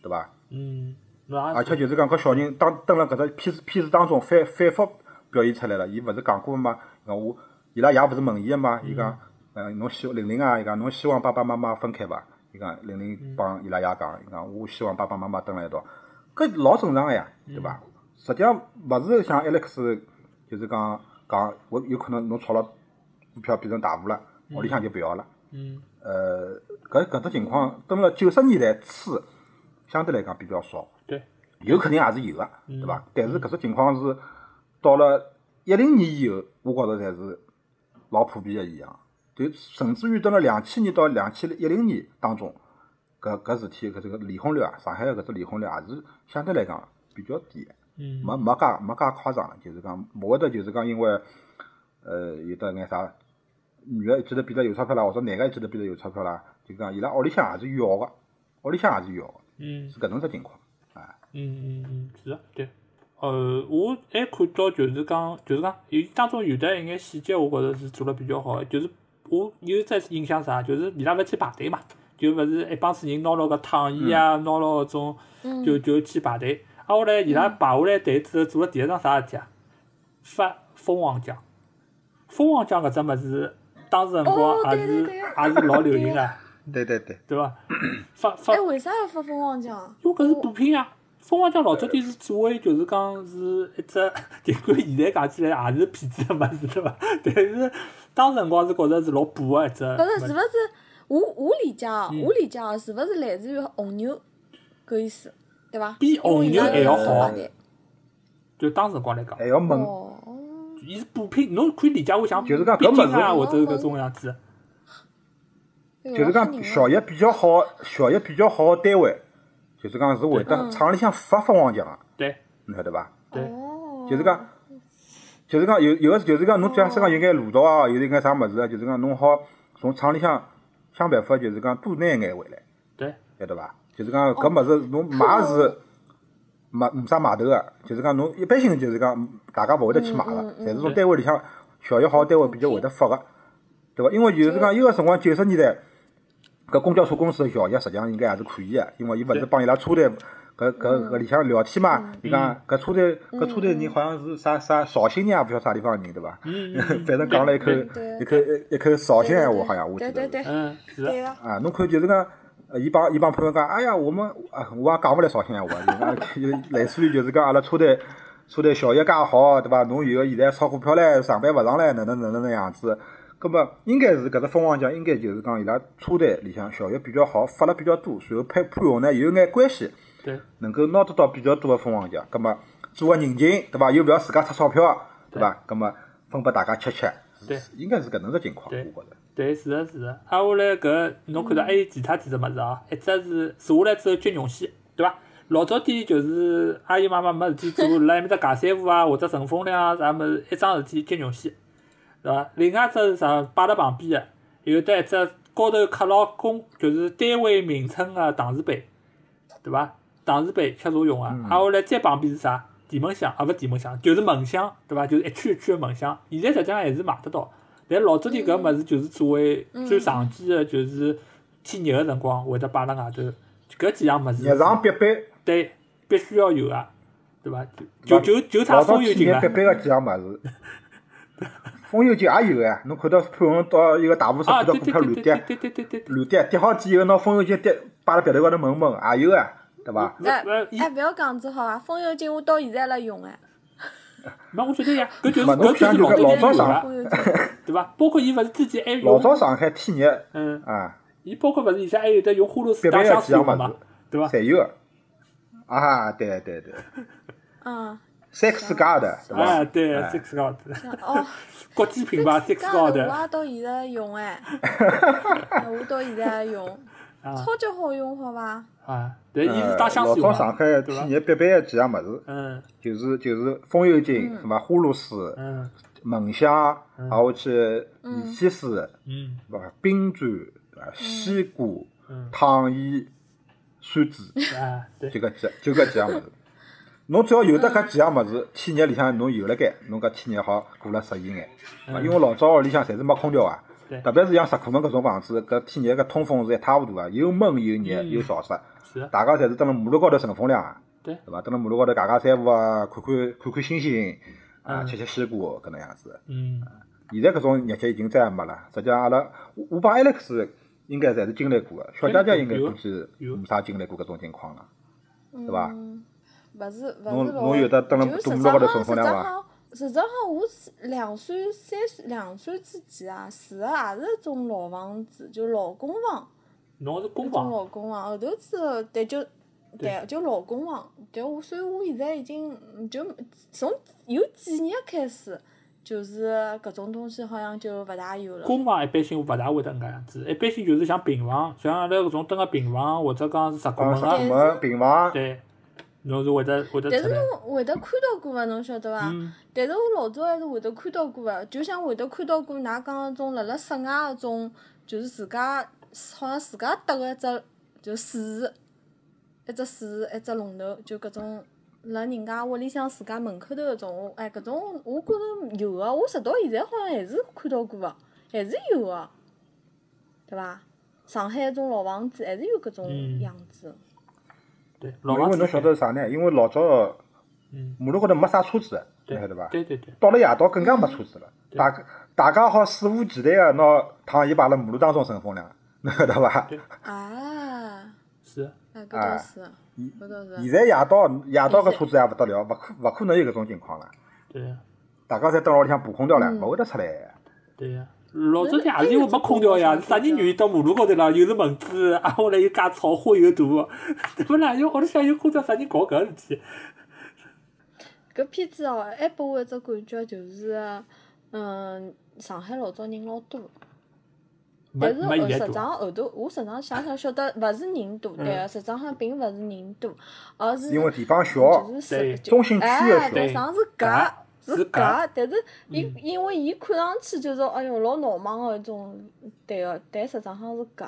S2: 对伐？
S3: 嗯，侬也
S2: 而且
S3: 是
S2: 就是讲搿小人当蹲辣搿只片子片子当中反反复表现出来了，伊勿是讲过嘛？讲我伊拉爷勿是问伊个嘛？伊讲，
S3: 嗯
S2: 呃，侬希玲玲啊，伊讲侬希望爸爸妈妈分开伐？伊讲玲
S3: 嗯
S2: 玲帮伊拉爷讲，伊讲我希望爸爸妈妈蹲辣一道，搿老正常个呀，对伐？
S3: 嗯
S2: 实际上勿是像 Alex 就是讲讲我有可能侬炒了股票变成大户了，屋里向就勿要了。
S3: 嗯
S2: 呃，搿搿只情况蹲辣九十年代初，相对来讲比较少。
S3: 对，
S2: 有肯定也是有个，对伐？但是搿只情况是到了一零年以后，我觉着才是老普遍个现象。就甚至于到了两千年到两千一零年当中，搿搿事体搿这个离婚率啊，上海搿只离婚率也是相对来讲比较低的，
S3: 嗯
S2: 没没介没介夸张的，就是讲勿会得就是讲因为呃有得眼啥女个一记头变得有钞票啦，或者男个一记头变得有钞票啦，就讲伊拉屋里向也是要个，屋里向也是要个，
S3: 嗯。
S2: 是搿能只情况。
S3: 嗯嗯嗯，是的，对。呃，我还看到就是讲，就是讲有当中有的一眼细节，我觉着是做了比较好的。就是我有一只印象啥，就是伊拉勿去排队嘛，就勿是一帮子人拿牢搿躺椅啊，拿牢搿种
S4: 嗯，
S3: 就就去排队。啊，后来伊拉排下来队之后，做了第一桩啥事体啊？发蜂王浆。蜂王浆搿只物事，当时辰光
S4: 哦
S3: 也
S4: 对
S3: 是
S4: 对对
S3: 也是老流行
S4: 对
S3: 个，
S2: 对对对。
S3: 对伐？发发
S4: 哎，为啥要发蜂王浆？
S3: 因为搿是补品啊。蜂王浆老早底是作为就是讲是一只，尽管现在讲起来也是骗子的物事对伐？但是当时辰光是觉着是老补个一只物
S4: 不是，是
S3: 事。
S4: 不是？我我理解啊，
S3: 嗯
S4: 我理解啊，是不是来自于红牛搿意思，对伐？
S3: 比红牛还要好
S4: 因为伊拉有排队
S3: 就当时辰光来讲，
S2: 还要问，
S4: 哦，
S3: 伊是补品，侬可以理解为像
S2: 就是讲
S3: 必
S2: 搿
S3: 经啊，或
S2: 物
S4: 事
S3: 者搿种样子。
S2: 就是讲效益比较好、效益比较好的单位，就是讲是会得
S4: 嗯
S2: 厂里向发发黄浆的，
S3: 对，
S2: 侬晓得伐？
S3: 对
S4: 哦，
S2: 就是讲，就是讲有有个就是讲，侬假使讲有眼路道啊，有眼啥物事啊，就是讲侬好从厂里向想办法，就是讲多拿一眼回来，
S3: 对，
S2: 晓得伐？就是
S4: 哦
S2: 讲搿物事侬买是买没啥买头个，就是讲侬一般性就是讲大家勿会得去买个
S4: 嗯，嗯
S2: 但是从
S3: 对
S2: 单位里向效益好的单位比较会得发个，对伐？因为就是讲伊个辰光九十年代。搿公交车公司的效益实际上应该也是可以个，因为伊勿是
S3: 对
S2: 帮伊拉车队搿
S4: 嗯
S2: 搿搿里向聊天嘛，伊讲搿车队搿车队人好像是啥啥绍兴人，也勿晓得啥地方人对伐？
S3: 嗯嗯 嗯
S2: 反正讲了一口
S3: 对
S4: 对
S2: 一口一口绍
S4: 好
S2: 兴闲话，好像我记
S4: 对
S2: 得
S4: 对
S2: 是。
S4: 对，
S3: 嗯，是
S4: 对
S3: 的，
S4: 啊，
S2: 啊，侬看就是讲，呃伊帮伊帮朋友讲，哎呀，我们啊，我也讲勿来绍兴闲话，就是讲 就是类似于就是讲阿拉车队车队效益介好，对伐？侬以后现在炒股票唻，上班勿上唻，哪能哪能能样子？葛末应该是搿只凤凰奖，应该就是讲伊拉车队里向效益比较好，发了比较多，然后潘潘虹呢有眼关系，
S3: 对，
S2: 能够拿得到比较多的凤凰奖，葛末做个人情，对伐？又勿要自家出钞票，对伐？葛末分拨大家吃吃，
S3: 对
S2: 是应该是搿能个情况，
S3: 对
S2: 我觉着。
S3: 对，是的，是的。啊，下来搿侬看到还有其他几只物事啊？一只是坐下来之后接绒线，对伐？老早点就是阿姨妈妈没事体做，辣埃面搭汿三胡啊，或者乘风凉啊啥物事，一桩事体接绒线，对伐？另外一只是啥？摆辣旁边个，有得一只高头刻牢公，就是单位名称啊个搪瓷杯，对伐？搪瓷杯吃茶用个。
S2: 嗯
S3: 啊，下来再旁边是啥？电蚊香啊，勿电蚊香，就是蚊香，对伐？就是一圈一圈个蚊香。现在实际上还是买得到，但老早点搿物事就是作为最常见个，就是天热个辰光会得摆辣外头。搿几样物事，
S2: 日常必备。
S3: 对必须要有啊个，对伐？就就就就差
S2: 老
S3: 酥
S2: 早
S3: 油
S2: 体
S3: 精
S2: 验
S3: 了
S2: 必。备个几样物事，风油精也有哎，侬看到潘虹到一个大雾室
S3: 啊，
S2: 看到
S3: 对
S2: 股票乱
S3: 对对对
S2: 跌，
S3: 对对对对对，
S2: 乱跌跌好几以后，拿风油精跌摆辣鼻头高头闻闻也有哎，对伐？
S3: 没
S4: 哎
S3: 没，伊
S4: 哎，不要讲子好伐？风油精我到现在还辣用哎，
S3: 没我晓 得呀，搿就是
S2: 嘛侬
S3: 搿就是
S2: 想就搿
S3: 老
S2: 老
S3: 早
S2: 早
S3: 有
S2: 上
S3: 个
S4: 风油精。
S3: 对伐？包括伊勿是之前还用
S2: 老早上海天热
S3: 嗯，
S2: 啊，
S3: 伊包括勿是以前还有得用花露水
S2: 别
S3: 打
S2: 别
S3: 香
S2: 的几
S3: 水
S2: 样
S3: 用
S2: 物
S3: 的嘛
S2: 事，
S3: 对伐？
S2: 侪有的啊，对对对，
S4: 嗯，
S2: 三个世界的，对
S3: 哎，
S2: 伐？
S3: 对
S2: 哎
S3: ，Six God，
S4: 哦，
S3: 国际品牌 Six
S4: 我
S3: God
S4: 也到现在还 用哎，哎我到现在还用，
S3: 啊
S4: 超级好用好伐？
S3: 啊，但伊是
S2: 呃
S3: 打香
S2: 老
S3: 水用
S2: 早上
S3: 的，
S2: 海
S3: 对
S2: 天
S3: 伐
S2: 热必备的几样物事，
S3: 嗯
S2: 就是就是风油精，什么花露水、
S3: 嗯
S2: 蚊香，
S3: 嗯
S2: 还有去
S4: 嗯
S2: 米线水，
S3: 嗯
S2: 对伐？冰砖，对伐？西瓜、
S3: 嗯，
S2: 汤圆、扇子，
S3: 啊，对
S2: 就，搿几就搿几样物事。侬只要有得搿几样物事，天热里向侬有了该，侬搿天热好过了适宜眼。啊
S3: 嗯
S2: 因为老早屋里向侪是没空调啊
S3: 对，
S2: 特别是像石库门搿种房子，搿天热搿通风是一塌糊涂啊，又闷又热
S3: 嗯
S2: 又潮湿，
S3: 是的，
S2: 大家侪是蹲辣马路高头乘风凉啊，
S3: 对
S2: 伐？蹲辣马路高头汏汏三胡啊，看看看看星星啊，
S3: 嗯
S2: 吃吃西瓜搿能样子。
S3: 嗯
S2: 现在搿种日节已经再也没了。实际上，阿拉我我帮 Alex 应该侪是经历过的，小姐姐应该估计
S3: 有
S2: 没啥经历过搿种情况了。
S4: 对
S2: 伐
S3: 嗯
S4: 勿是勿
S2: 侬
S4: 是老
S2: 侬有的蹲辣
S4: 就
S2: 蹲
S4: 实
S2: 辣高
S4: 际
S2: 头
S4: 上
S2: 乘风凉伐
S4: 实际上实际上我是两岁、三岁、两岁之前啊，住的也是一种老房子，就老公房，
S3: 侬是公
S4: 一种
S3: 房，
S4: 老公房。后头之后，对就
S3: 对
S4: 对就老公房，对我，所以我现在已经嗯就从有几年开始，就是搿种东西好像就勿大有了。
S3: 公房一般性我勿大会得搿样子，一般性就是像平房，像阿拉搿种蹲个平房或者讲是石库
S2: 帮
S3: 门
S2: 石
S3: 啊
S2: 库，门平房，
S3: 对，侬是会得会得
S4: 但
S3: 出
S4: 是啊
S3: 来，
S4: 侬会得看到过伐？侬晓得伐？
S3: 嗯
S4: 但是我老早还是会得看到过个，就像会得看到过，㑚讲那种辣辣室外那种，就是自家好像自家搭个一只就树树，一只树树，一只龙头，就搿种辣人家屋里向自家门口头搿种，我哎搿种我觉着有个，我直到现在好像还是看到过个，还是有个，对伐？上海那种老房子还是有搿
S3: 嗯
S4: 种样子，
S3: 对，老
S2: 因
S3: 房
S2: 为
S3: 子
S2: 侬晓得是啥呢？因为老早
S3: 嗯，
S2: 马路高头没啥车子，侬
S3: 对
S2: 晓得伐？
S3: 对对对，
S2: 到了夜到更加没车子了，
S3: 对
S2: 大家大家好肆无忌惮个拿汤圆摆辣马路当中乘风凉，侬晓得伐
S3: 对？
S4: 啊，
S3: 是的，
S4: 哎搿倒
S2: 哎
S4: 是，搿倒是。
S2: 现在夜到夜到搿车子也勿得了，勿可勿可能有搿种情况了。
S3: 对呀
S2: 大家侪蹲辣屋里向爬空调了，
S4: 嗯
S2: 勿会得出来的。
S3: 对呀。老早也是因为没空调呀，啥人愿意到马路高头啦？又是蚊子，啊，后来又介吵，花又大，对不啦？因为屋里向有空调，啥人搞搿事体？
S4: 搿片子哦，还拨我一只感觉就是，嗯，上海老早人老多，
S3: 没
S4: 但是
S3: 没
S4: 后
S3: 现
S4: 实
S3: 在多，
S4: 际上后头，我实际上想想晓得，勿是人多，对
S3: 嗯
S4: 啊个，实际上并勿是人多，而是
S2: 因为地方小，
S4: 嗯就是
S3: 对
S4: 是就
S2: 中心区也
S4: 哎，
S2: 小
S4: 对，上是搿
S3: 搿。
S4: 是
S3: 是搿
S4: 搿，但是
S3: 嗯
S4: 因因为伊看上去就是，哎哟，老闹忙个一种，对个，但实际上是搿，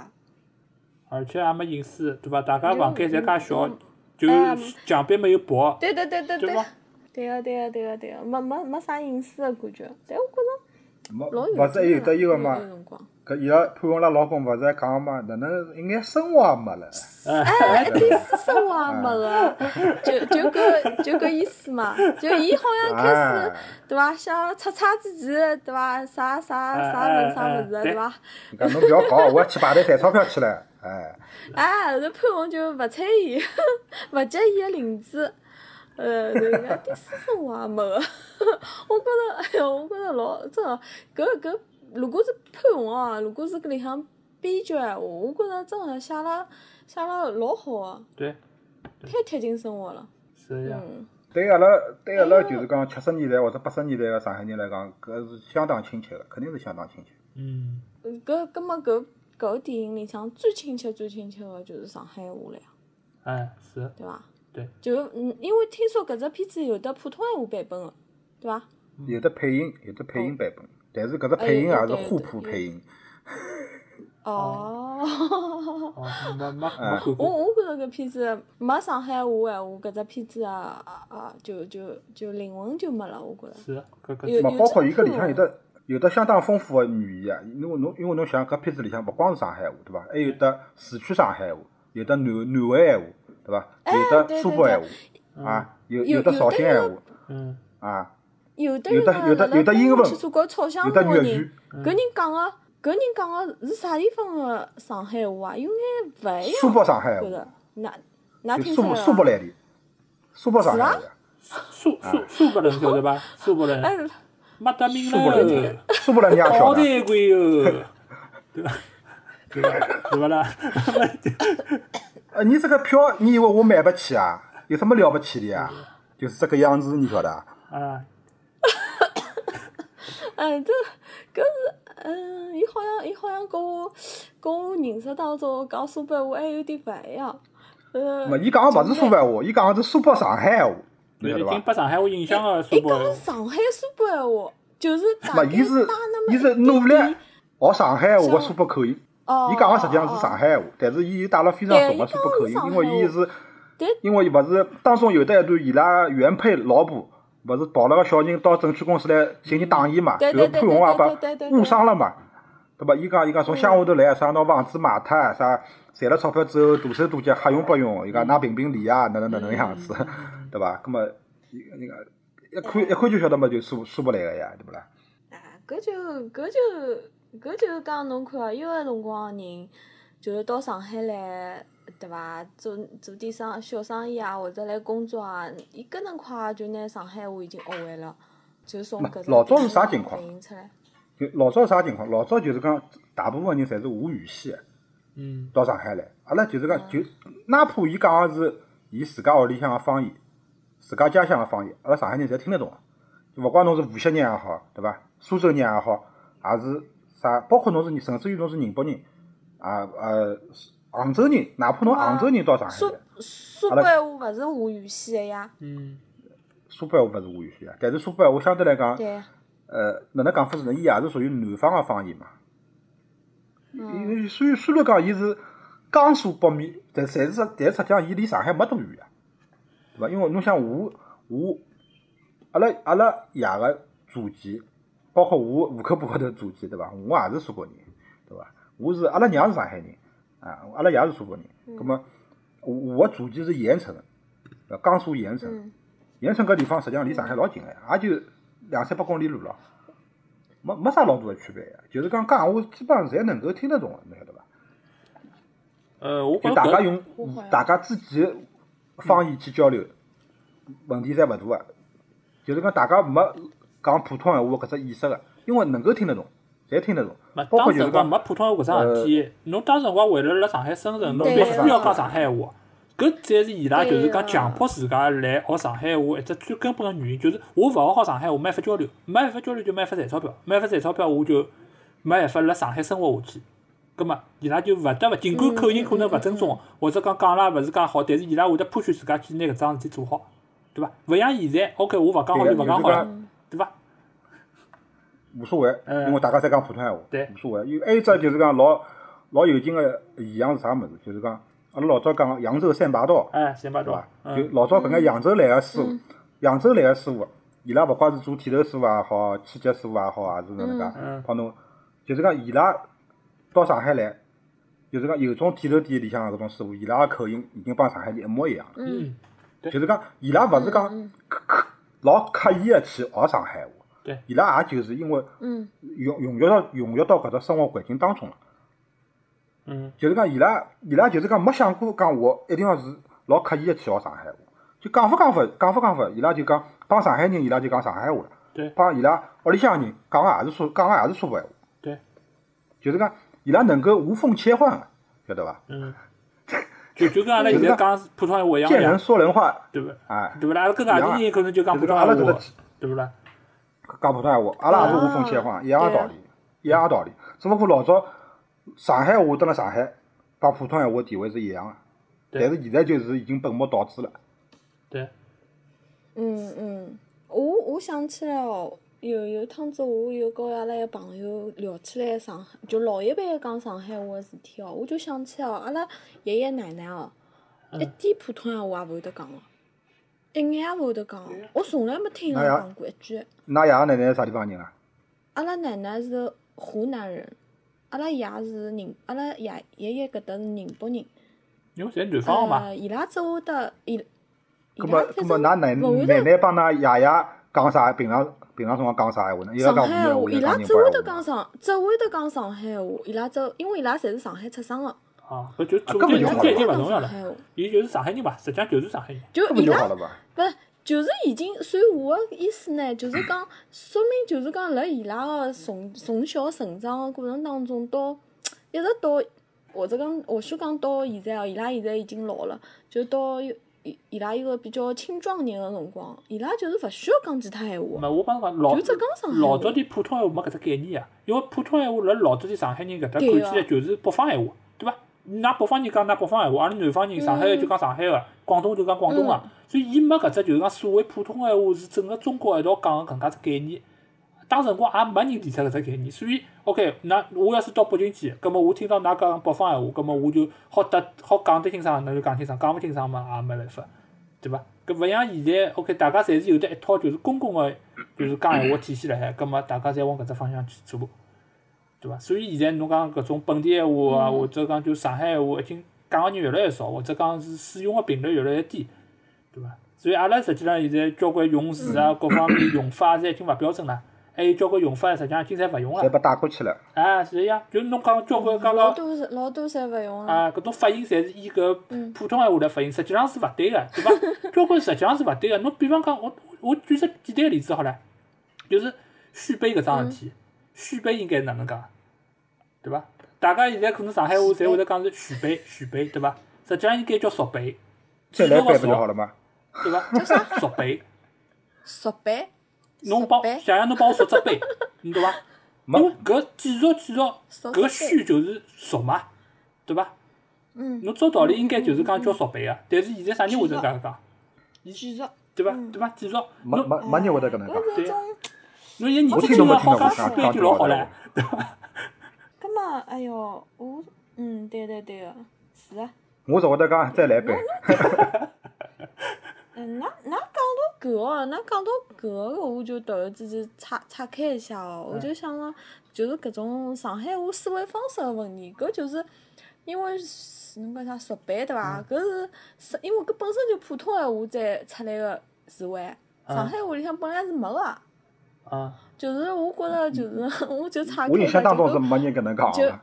S3: 而且也没隐私，对伐？大家房间侪介小
S4: 嗯，
S3: 就
S4: 嗯
S3: 墙壁没有薄，
S4: 对对对对
S3: 对
S4: 对
S3: 伐，
S4: 对个对个哦对个对个，没没没啥隐私个感觉，但我觉着
S2: 没
S4: 老
S2: 勿是还有得一个嘛
S4: 有？辰光。
S2: 搿伊拉潘虹拉老公勿是还讲嘛，哪能一眼生活也没了？
S3: 哎，
S4: 对，是我 也没
S3: 啊
S4: 个，就就搿就搿意思嘛。就伊好像开始
S3: 哎
S2: 啊，
S4: 对伐？想出差之前，对伐？啥啥
S3: 哎
S4: 啥
S3: 哎
S4: 物啥
S3: 哎
S4: 物事，
S3: 对
S4: 对伐？
S2: 搿侬勿要搞，我要去排队赚钞票去了。哎，
S4: 哎，后头潘虹就勿睬伊， 勿接伊个领子。呃，对个，第四次我也没个。 我觉着，哎哟，我觉着老真个，搿搿如果是潘虹哦，如果是搿里向编剧闲话，我觉着真个写了写了老好个，
S3: 对，啊
S4: 太贴近生活了。
S3: 是呀，
S4: 嗯。
S2: 对阿拉对阿拉就是讲七十年代或者八十年代个上海人来讲，搿是相当亲切个，肯定是相当亲切。
S3: 嗯，
S4: 嗯搿搿么搿搿电影里向最亲切最亲切个就是上海话了呀，
S3: 哎，是，
S4: 对伐？
S3: 对，
S4: 就嗯，因为听说搿只片子有得普通话版本个，对伐？
S2: 有的配音，有的配音版本，但是搿只配音也是互补配音。
S4: 哦，
S3: 哦，没没没
S2: 哎
S3: 看
S4: 我
S3: 过，
S4: 我觉着搿片子没上海话闲话，搿只片子啊啊啊，就就就灵魂就没了，我觉着。
S3: 是，搿
S4: 有啊
S3: 搿
S2: 嘛，包括伊搿里向有的有的相当丰富个语言啊，因为侬因为侬想搿片子里向勿光是上海话，对伐？还有的市区上海话，有的南南汇闲话，对伐？
S4: 哎
S2: 有的
S4: 对
S2: 苏
S4: 对
S2: 北
S4: 对
S2: 闲话，啊，有
S4: 有
S2: 的
S4: 有
S2: 绍
S4: 的
S2: 兴
S4: 那
S2: 闲
S4: 个
S2: 话，
S3: 嗯，
S2: 啊，
S4: 有的
S2: 有
S4: 人
S2: 的
S4: 啊，
S2: 有的
S4: 辣辣
S2: 有的
S4: 北
S2: 英
S4: 京
S2: 文
S4: 去做过炒香
S2: 有
S4: 锅
S2: 的
S4: 的
S2: 粤
S4: 人
S2: 语，，嗯
S4: 搿人讲个，搿人讲个是啥地方个上海话？啊有眼勿一
S2: 苏
S4: 样，
S2: 北上海
S4: 觉
S2: 话，
S4: 着哪哪
S2: 就
S4: 听出
S2: 苏
S4: 来啊
S2: 北苏北
S4: 了？
S2: 来的，苏北上海话，
S3: 苏苏苏北人晓得伐？苏北人，
S4: 哎，
S3: 没哦得命
S2: 苏北
S3: 了
S2: 人，，苏北人你也
S3: 倒
S2: 晓得，
S3: 台鬼哟， 对伐？对伐？对伐啦？
S2: 呃，你这个票你以为我买不起啊？有什么了不起的啊？就是这个样子，你晓得啊？
S3: 啊，
S4: 哎，这搿是，嗯，伊好像伊好像跟我跟我认识当中讲苏北话还哎有点勿一样，呃，
S2: 没，伊讲的不是苏北话，伊讲的是苏北上海话，你晓
S3: 已
S2: 得
S3: 经
S2: 伐？
S3: 被上海话影响啊个苏
S4: 伊
S3: 北
S4: 讲
S3: 人，
S4: 哎上海苏北话，啊就是大
S2: 没，
S4: 概
S2: 伊是
S4: 带那么
S2: 伊
S4: 一
S2: 是努力
S4: 点点
S2: 学上海话
S4: 像
S2: 和苏北口音。
S4: 哦，
S2: 伊讲个实际上是
S4: 哦
S2: 上，海话，但是伊又带了非常重个苏北口音，因为伊是，因为伊勿是当中有得一段伊拉原配老婆勿是抱了个小人到证券公司来寻人打伊嘛，
S4: 嗯对
S2: 就
S4: 对
S2: 是
S4: 对
S2: 潘
S4: 对
S2: 虹也
S4: 对对对
S2: 把
S4: 对
S2: 误伤了嘛，对伐？伊讲伊讲从乡下头来，啥拿房子卖脱，啥赚了钞票之后大手大脚瞎用白用，伊讲㑚评评理啊，哪能哪能样子，
S4: 嗯
S2: 对伐？葛么，伊伊讲一看一看就晓得嘛，就苏苏北来个呀，对勿啦？
S4: 哎，搿就搿就搿就讲侬看哦，有个辰光人就是到上海来，对伐？做做点生小生意啊，或者来工作啊，伊搿能快就拿上海话已经学会了，就从搿种
S2: 老早是啥情况
S4: 反映出来，
S2: 就老早啥情况？老早就是讲大部分人侪是无语系个。
S3: 嗯，
S2: 到上海来，阿拉就是
S4: 嗯
S2: 讲，就哪怕伊讲个是伊自家屋里向个方言，自家家乡个方言，阿拉上海人侪听得懂个。啊就勿管侬是无锡人也好，对伐？苏州人也好，也是啥，包括侬是甚至于侬是宁波人，啊呃，杭州人，哪怕侬
S4: 哇
S2: 杭州人到上海
S4: 啊苏
S2: 来，
S4: 苏
S2: 阿
S4: 北
S2: 拉
S4: 话勿是吴语系个呀，
S3: 嗯，
S2: 苏北话勿是吴语区啊，但是苏北话相对来讲，
S4: 对，
S2: 呃，哪能讲法子呢？伊也是属于南方个方言嘛。
S4: 嗯，
S2: 伊所以虽然讲伊是江苏北面，但但是但实际上伊离上海没多远啊，对伐？因为侬想我我阿拉阿拉爷个祖籍，包括我户口簿高头祖籍，对伐？我也是苏北人，对伐？我是阿拉娘是上海人啊，阿拉爷是苏北
S4: 嗯
S2: 人，葛么我我个祖籍是盐城，对伐江苏盐城。
S4: 嗯
S2: 盐城搿地方实际上离上海老近个呀，也就两三百公里路咯，没没啥老大的区别呀。就是讲讲闲话，基本上侪能够听得懂个，侬晓得伐？
S3: 呃，我觉
S2: 就
S3: 着
S2: 大家
S3: 搿啊
S2: 用
S4: 我好像
S2: 大家自己的方言去交流，问题侪勿大个。就是讲大家没讲普通闲话搿只意识个，因为能够听得懂，侪听得懂
S3: 没，
S2: 包括
S3: 当
S2: 就
S3: 时
S2: 是
S3: 辰光
S2: 讲
S3: 没普通话搿桩事体，侬当时辰光为了辣上海生存，侬
S4: 对
S3: 必
S4: 呀
S3: 须要讲上海话。搿才是伊拉就是讲
S4: 对呀啊
S3: 强迫自家来学上海话一只最根本个原因，就是我勿学好上海话，没法交流，没法交流就没法赚钞票，没法赚钞票我就没办法辣上海生活下去。葛末伊拉就勿得勿，
S4: 嗯
S3: 尽管口音可能勿正宗，或者讲讲了勿是介好，但是伊拉会得 push 自家去拿搿桩事体做好，对伐？勿像现在，OK，我勿讲好
S2: 对呀
S3: 就勿讲好
S2: 有这
S3: 了
S2: 个，
S3: 对伐？
S2: 无所谓，
S3: 嗯
S2: 因为大家侪讲普通闲话
S3: 对，
S2: 无所谓。有还有一只就是讲老老有劲个现象是啥物事？就是讲阿拉老早讲扬州三大道。
S3: 哎，行吧，
S2: 对
S3: 对
S2: 伐
S3: 伐？？
S2: 就
S3: 嗯，
S2: 老早搿眼扬州来个师傅，扬州来个师傅，伊拉勿管是做剃头师傅也好，气脚师傅也好，还啊是哪能
S3: 嗯
S2: 介，帮侬，就是讲伊拉到上海来，就是讲有种剃头店里向搿种师傅，伊拉个口音已经帮上海人一模一样了。
S4: 嗯，
S3: 嗯，对
S2: 就是讲伊拉勿是讲
S4: 嗯
S2: 刻刻老刻意个去学上海话
S3: 对，
S2: 伊拉也就是因为
S4: 嗯，
S2: 融融入到融入到搿只生活环境当中了。
S3: 嗯，
S2: 就是讲伊拉伊拉就是讲没想过讲我一定要是老刻意的去学上海话，就讲法讲法讲法讲法，伊拉就讲帮上海人伊拉就讲上海话了，
S3: 对
S2: 帮伊拉屋里向人讲个也是说讲个也是说北话，
S3: 对，
S2: 就是讲伊拉能够无缝切换的，晓得伐？
S3: 嗯，就就跟阿拉现在讲普通话一样
S2: 见人
S3: 呀，
S2: 说人话，
S3: 对不？
S2: 哎，
S3: 对不啦？阿拉跟外地人可能就讲
S2: 就
S3: 普
S2: 是讲
S3: 通话
S2: 阿拉搿个，
S3: 对不啦？
S2: 讲普通话，阿拉也是无缝切
S3: 啊
S2: 换，一样个道理，一样个道理。只不过老早上海话蹲辣上海帮普通话地位是一样的，
S3: 对
S2: 但是现在就是已经本末倒置了。
S3: 对，
S4: 嗯，嗯，我我想起来哦，有有趟子我有跟阿拉一个朋友聊起来上海，就老一辈的讲上海话的事体哦，我就想起哦，阿拉爷爷奶奶哦，
S2: 嗯
S4: 一点普通话也勿会得讲哦，一眼也勿会得讲哦，我从来没听伊拉
S2: 哎呀
S4: 讲过一句。
S2: 㑚爷爷奶奶是啥地方人啊？
S4: 阿拉奶奶是湖南人，阿拉爷是宁，阿拉爷爷爷搿搭是宁波人，
S3: 因为侪南方个嘛，
S4: 呃，伊拉只会得伊，伊
S2: 咁
S4: 拉
S2: 么，咁么，
S4: 反
S2: 㑚
S4: 正
S2: 奶
S4: 勿会
S2: 奶
S4: 得
S2: 奶帮㑚爷爷讲啥？平常平常辰光讲啥闲话呢？伊拉
S4: 上
S2: 讲
S4: 海
S2: 沪
S4: 话，
S2: 语
S4: 伊
S2: 闲话，
S4: 拉
S2: 侬
S4: 只会得
S2: 讲宁波
S4: 讲
S2: 闲话吗。
S4: 上，只会得讲上海话。伊拉只，因为伊拉侪是上海出生的，
S3: 啊，搿
S2: 根
S3: 就就
S2: 本
S4: 伊
S2: 就
S3: 就
S4: 拉
S2: 好了
S3: 这已经
S4: 只
S3: 勿重要
S4: 会得讲上
S3: 了
S4: 海，话。
S3: 伊就是上海人嘛，实际上就是上海人。
S4: 就
S2: 搿
S4: 伊
S2: 不就
S4: 拉
S2: 好了伐？
S4: 不是，就是已经，所以我的意思呢， 就是讲，说明就是讲，辣伊拉个从从小成长个过程当中，到一直到，或者讲，或许讲到现在哦，伊拉现在已经老了，就到伊伊拉一个比较青壮年个辰光，伊拉就是勿需要讲其他闲话，
S3: 嘛，我帮侬讲，老
S4: 就只讲上海
S3: 老
S4: 话
S3: 早。点普通闲话没搿只概念啊，因为普通闲话辣老早点上海人搿搭看
S4: 对
S3: 起来
S4: 啊
S3: 就是北方闲话，对伐？㑚北方人讲㑚北方闲话，阿拉南
S4: 嗯
S3: 方人上海就讲上海个，广东就讲广东个，所以伊没搿只就是讲所谓普通闲话是整个中国一道讲个搿能介只概念。当辰光也没人提出搿只概念，所以 OK，那我要是到北京去，葛末我听到㑚讲北方闲话，葛末我就好得好讲得清爽，那就讲清爽，讲勿清爽嘛也没办法，对伐？搿勿像现在，OK，大家侪是有得一套就是公共个，就是讲闲话体系辣海，葛末大家侪往搿只方向去做，对伐？所以现在侬讲搿种本地闲话啊，或者讲就上海闲话，已经讲个人越来越少，或者讲是使用个频率越来越低，对伐？所以阿拉实际上现在交关用词啊，各方面用法侪已经勿标准了。还有交关用法，实际上已经侪勿用
S2: 侪
S3: 了。
S2: 被带过去了，
S3: 啊，是呀，就是侬讲交关讲
S4: 老
S3: 到
S4: 多是老多侪勿用了，
S3: 啊，搿种发音侪是以搿
S4: 嗯
S3: 普通闲话来发音，实际上是勿对个， 对伐？交关实际上是勿对个。侬比方讲，我我我举只简单个例子好了，就是续杯搿桩
S4: 嗯
S3: 事体，续杯应该是哪能讲，对伐？大家现在可能上海话侪会得讲是续杯，续杯，对伐？实际上应该叫索杯，
S2: 再
S3: 继续
S2: 来
S3: 个
S2: 背不就好
S3: 索，
S2: 了吗？
S3: 对伐？索杯，
S4: 熟背，
S3: 侬
S4: 熟
S3: 帮
S4: 背，
S3: 想想侬帮我索只 杯，你懂伐？
S2: 没
S3: 因为搿继续继续，
S4: 索
S3: 搿
S4: 索
S3: 续就是熟嘛，对伐？
S4: 嗯，
S3: 侬照道理应该就是讲叫熟背个，但是现在啥人会得搿样讲，
S4: 继续，
S3: 对伐？对伐？继续，
S2: 没
S3: 侬
S4: 嗯
S2: 没没人会得搿能
S4: 搿
S2: 讲。
S4: 是一种，
S3: 侬现在
S2: 我
S3: 年纪
S2: 听
S3: 轻
S2: 都
S3: 个
S2: 没听
S3: 好
S2: 到过
S3: 讲续
S2: 讲
S3: 杯就
S2: 讲
S3: 老好
S2: 这
S3: 唻
S2: 个。
S4: 葛末哎哟，我，嗯，对对对个，是啊。
S2: 我只会得讲再来背，
S4: 嗯，那那讲到搿个，那讲到搿个，我就突然之间岔岔开一下哦，我就想了，就是搿种上海话思维方式个问题，搿就是因为是侬讲啥熟背对伐？搿是是因为搿本身就普通闲话再出来个词汇，上海话里向本来是没个，
S3: 啊，
S4: 就是我觉着就是， 我就岔开
S2: 我印象
S4: 了，
S2: 当
S4: 就
S2: 中是
S4: 搿
S2: 没人搿能讲
S4: 嗯就
S2: 个。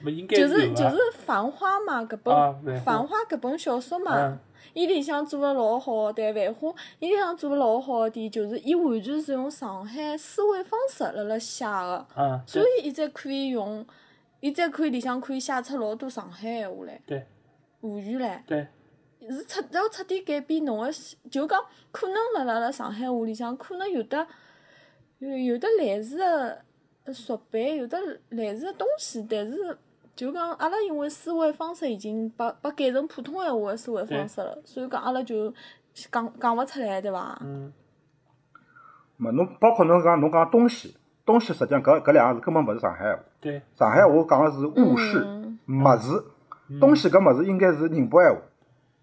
S3: 没应该
S4: 就是是
S3: 有啊
S4: 就
S3: 个
S4: 是《繁花》嘛，搿本
S3: 啊
S4: 《
S3: 繁
S4: 繁
S3: 花
S4: 花》搿本小说嘛。
S3: 嗯
S4: 伊里向做了老好个，但繁花伊里向做了老好个点，就是伊完全是用上海思维方式辣辣写个，
S3: 嗯，
S4: 所以伊才可以用，伊才可以里向可以写出老多上海闲话来，
S3: 对
S4: 沪语来，
S3: 对
S4: 是彻要彻底改变侬个，就讲可能辣辣辣上海话里向，可能有的有有的类似个俗版，有的类似个东西，但是。就讲阿拉因为思维方式已经把把改成普通闲话个思维方式了，所以讲阿拉就讲讲勿出来，对伐？
S3: 嗯
S2: 没侬包括侬讲侬讲东西，东西实际上搿搿两个字根本勿是上海闲话。
S3: 对
S2: 上海话讲个是物事、
S4: 嗯
S2: 物事，东西搿物事应该是宁波闲话。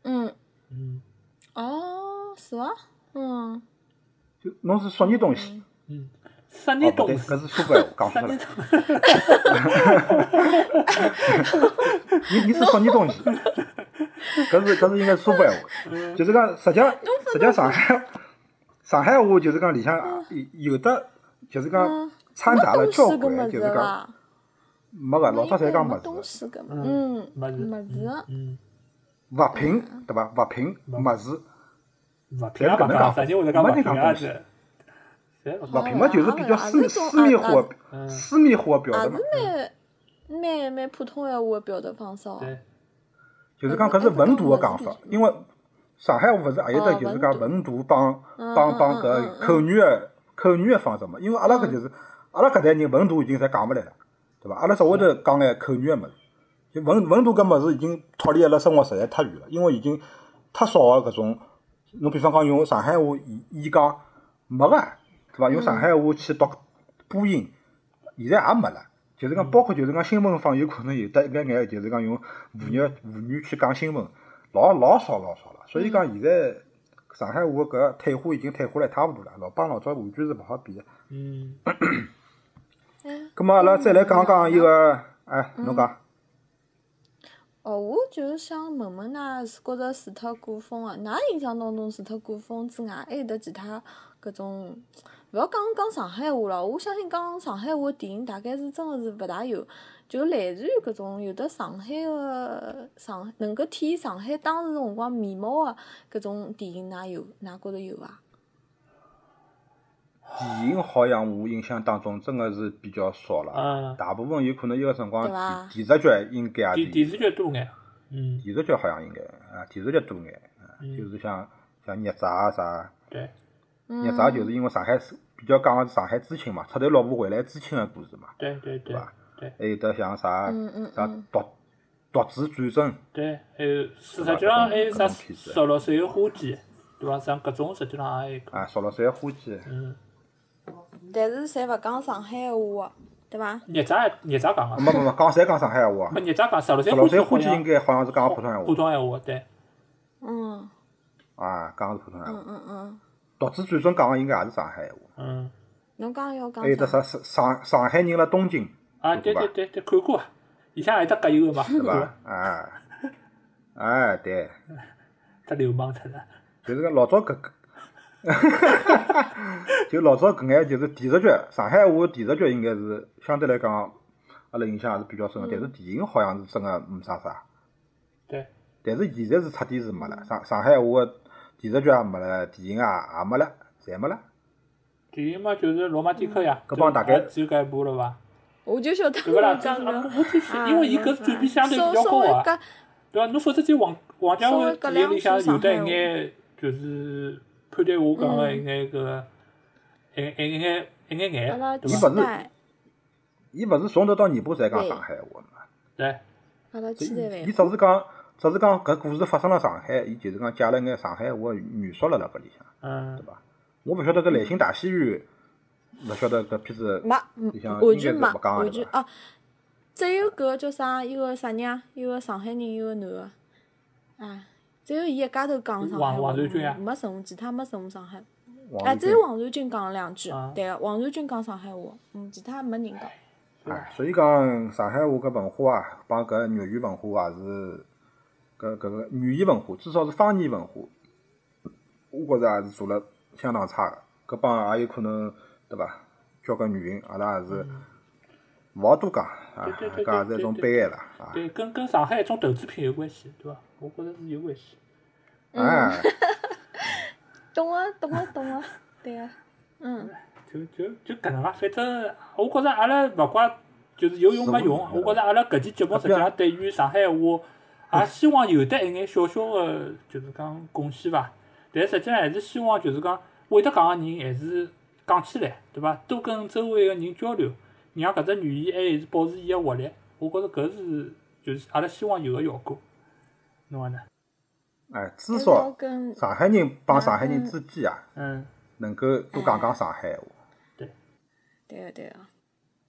S4: 嗯，
S3: 嗯
S4: 哦，是伐？嗯，
S2: 就侬是啥人东西？
S3: 嗯，啥
S2: 哦，
S3: 人
S2: 不
S3: 懂
S2: 对，
S3: 事
S2: 搿？是苏北话，讲
S3: 啥
S2: 错
S3: 人
S2: 了。
S3: 懂？
S2: 你你是啥人东西？搿是搿是应该是苏北话，就是讲实际上实际上上海上海话就是讲里向有有的就是讲
S4: 嗯
S2: 掺杂了
S4: 没
S2: 交
S4: 东西
S2: 关，
S4: 搿物
S2: 就
S4: 事
S2: 是讲
S4: 伐？
S2: 没个老早侪讲
S4: 啊没
S2: 物事，
S4: 东西搿物，
S3: 嗯
S4: 嗯，
S3: 物事
S4: 物事，
S3: 嗯，
S2: 物品对伐？物品物事，
S3: 勿平也勿讲，啥人会得讲勿平啊？这，侪勿
S2: 物品嘛就是比较私
S4: 也哦啊是一
S2: 私密
S4: 种啊
S2: 化
S3: 嗯
S2: 私密化表达
S4: 也
S2: 嘛嗯
S4: 是，蛮蛮蛮普通闲话个表达方式哦。
S3: 对
S2: 就是讲搿是文牍个讲
S4: 嗯
S2: 法，因为上海话勿是还有得
S4: 哦
S2: 就是
S4: 文
S2: 讲
S4: 牍
S2: 文牍帮
S4: 嗯
S2: 帮
S4: 嗯
S2: 帮
S4: 嗯
S2: 搿
S4: 嗯
S2: 口语个口语个方式嘛，因为阿拉搿就是阿拉搿代人文牍已经侪讲勿来了，对伐？阿拉只会得讲眼口语个物事，就文文牍搿物事已经脱离阿拉生活实在太远了，因为已经太少个搿种，侬比方讲用上海话演演讲没个，对伐？用上海话去读播音，现在也没了。就是
S4: 嗯
S2: 讲，包括就是讲新闻方有可能有得一眼眼，就是讲用妇女妇女去讲新闻，老老少老少了。所以
S4: 嗯
S2: 讲现在上海话搿退化已经退化了一塌糊涂了，老帮老早完全是勿好比的。
S3: 嗯。
S4: 哎，
S2: 咁么阿拉再来讲讲伊个，哎，侬讲，
S4: 哦，我就是想问问㑚，是觉着除脱古风啊，㑚印象当中除脱古风之外，还有得其他搿种，勿要讲讲上海话了，我相信讲上海话的电影大概是真的是勿大有，就类似于搿种有的上海个上能够体现上海当时辰光面貌个搿种电影，㑚有㑚觉着有啊伐？
S2: 电影好像我印象当中真的是比较少了
S3: 嗯，
S2: 大部分有可能一个辰光
S4: 对吧
S2: 电电视剧应该也
S3: 电
S2: 是
S3: 电视剧多眼，嗯，
S2: 电视剧好像应该啊，电视剧多眼，啊
S3: 嗯
S2: 就是像像孽债啊啥，
S3: 对，
S2: 孽
S4: 嗯
S2: 债就是因为上海是比较讲的是上海知青嘛，出头老婆回来知青的故事嘛，
S3: 对对
S2: 对
S3: 对
S2: 伐？还有得像啥
S4: 嗯嗯
S2: 像独独子转身，
S3: 对，还有实际上还有啥
S2: 各种片子
S3: 十六岁的花季，对伐？像搿种实际上也有，
S2: 啊，少了三花季，
S3: 嗯，
S4: 但是侪勿讲上海话，对伐？
S3: 孽债孽债讲个，
S2: 啊没没没，讲侪讲上海话啊
S3: 没，孽债讲十六岁
S2: 少了三
S3: 花
S2: 花
S3: 季
S2: 季
S3: 好像
S2: 应该好像是讲普通闲
S3: 普
S2: 话，
S3: 通闲话，哦对，
S4: 嗯
S2: 啊，讲的是普通闲
S4: 嗯
S2: 话。
S4: 嗯嗯，
S2: 独子转身讲的应该也是上海闲话，
S3: 嗯，
S4: 侬讲要讲
S2: 还有得
S4: 啥？
S2: 啥上上上海人辣东京，
S3: 啊，对对对对，看过啊，里向还搭葛优个嘛，对
S2: 对伐？？啊，哎，对。
S3: 搭流氓出来，
S2: 就是讲老早搿， 就老早搿眼就是电视剧，上海话电视剧应该是相对来讲，阿拉印象还是比较深的。但是电影好像是真个没啥啥，
S3: 对，
S2: 但是现在是彻底是没了。上上海话的电视剧也没了，电影也也没了，侪没了。
S3: 电影嘛就是《罗马蒂克》呀，
S2: 搿帮大概
S3: 对伐只有搿一部了伐？
S4: 我就晓得
S3: 对勿啦？
S4: 侬
S3: 就是
S4: 讲
S3: 啊
S4: 个。
S3: 我就是因为伊
S4: 哎
S3: 搿转变相对比较高啊。
S4: 啊。
S3: 对伐？侬否则就王王家卫电影里向有得一
S4: 稍微搿两
S3: 眼，就是判断我讲啊个一眼搿一一一眼一眼
S4: 阿拉
S3: 眼，对
S2: 伊
S3: 伐？
S2: 勿
S4: 期
S2: 是
S4: 待，
S2: 伊勿是从头到尾巴侪讲上海话嘛？
S3: 对，
S4: 阿拉期待
S2: 伊
S4: 嘞。
S2: 只是讲，只是讲搿故事发生了上海，伊就是讲加了眼上海话的元素辣辣搿里向，
S3: 嗯
S2: 对，伐？我勿晓得搿《来信大戏院》，勿晓得搿片子。
S4: 没，
S2: 里
S4: 嗯
S2: 向
S4: 完
S2: 应该
S4: 全
S2: 是
S4: 没，
S2: 勿讲
S4: 完
S2: 的对
S4: 全
S2: 伐
S4: 啊，只有搿个叫啥？一个啥人啊？一个上海人，一个男个，啊，只有伊一家头讲上海
S3: 王
S4: 话，
S3: 王传君啊
S4: 没任何其他没任何上海。
S2: 王
S4: 啊，
S2: 立
S4: 只
S2: 军
S4: 有王传君讲了两句
S3: 啊，
S4: 对个，王传君讲上海话，嗯，其他没人讲。
S2: 哎，所以讲上海话搿文化啊，帮搿粤语文化啊是搿搿个语言文化，至少是方言文化，我觉着也是做了相当差个。搿帮也有可能对伐？交关原因，阿拉也是勿好多讲啊，
S3: 嗯对
S2: 搿
S3: 对对
S2: 也是一
S3: 对
S2: 种
S3: 对
S2: 悲哀了啊。
S3: 对，跟跟上海一种投资品有关系，对伐？我觉着是有关系。
S2: 哎，
S4: 懂啊，懂啊，懂啊，对个，嗯，
S3: 就就就搿能啦，反正我觉着阿拉勿怪，就是有用没用。
S2: 是
S3: 我觉着阿拉搿期节目实际上对于上海话，也希望有得一眼小小的，就是讲贡献伐。但实际上还是希望就是讲会得讲个人还是讲起来，对伐？多跟周围个人交流，让搿只语言还是保持伊个活力。我觉着搿是就是阿拉希望有个效果，侬讲呢？
S2: 哎，至
S4: 还是要
S2: 少
S4: 跟
S2: 上海人帮上海人之间啊，
S3: 嗯，
S2: 能够多讲讲上海话。
S4: 对个对个，啊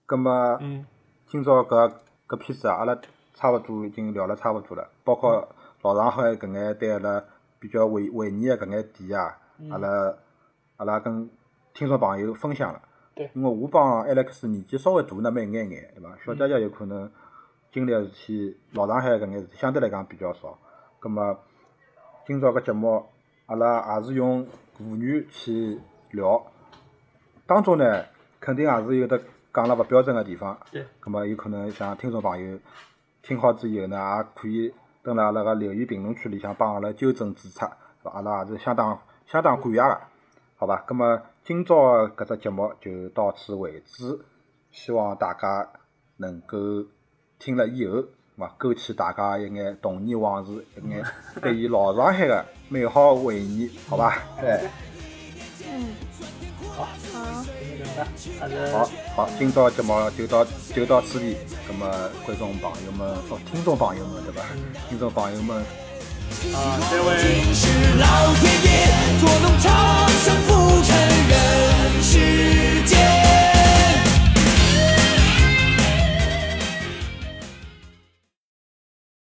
S2: 葛末，
S3: 嗯，
S2: 今朝搿搿片子啊，阿拉差勿多已经聊了差勿多了，包括老上海搿眼对阿拉比较回回忆的搿眼点啊，阿拉阿拉跟听众朋友分享了。
S3: 对
S2: 因为我帮 Alex 年纪稍微大那么一眼眼，对伐？小姐姐有可能经历的事体，老上海搿眼事体相对来讲比较少。葛末，今朝搿节目，阿拉也是用妇女去聊，当中呢，肯定也是有的讲了勿标准个地方。
S3: 对。
S2: 咁么有可能像听众朋友听好之后呢，也可以登辣阿拉个留言评论区里向帮阿拉纠正指出，是吧阿拉也是相当相当感谢个，好吧？咁么今朝搿只节目就到此为止，希望大家能够听了以后，嘛勾起大家一眼童年往事，一眼对于老上海个美好回忆，好吧？哎，
S4: 嗯好，
S3: 就搿能啦阿拉
S2: 好好，今朝节目就到就到此地，咁么观众朋友们，哦，听众朋友们，对吧？听众朋友们。
S3: 啊，这位。
S1: 是老天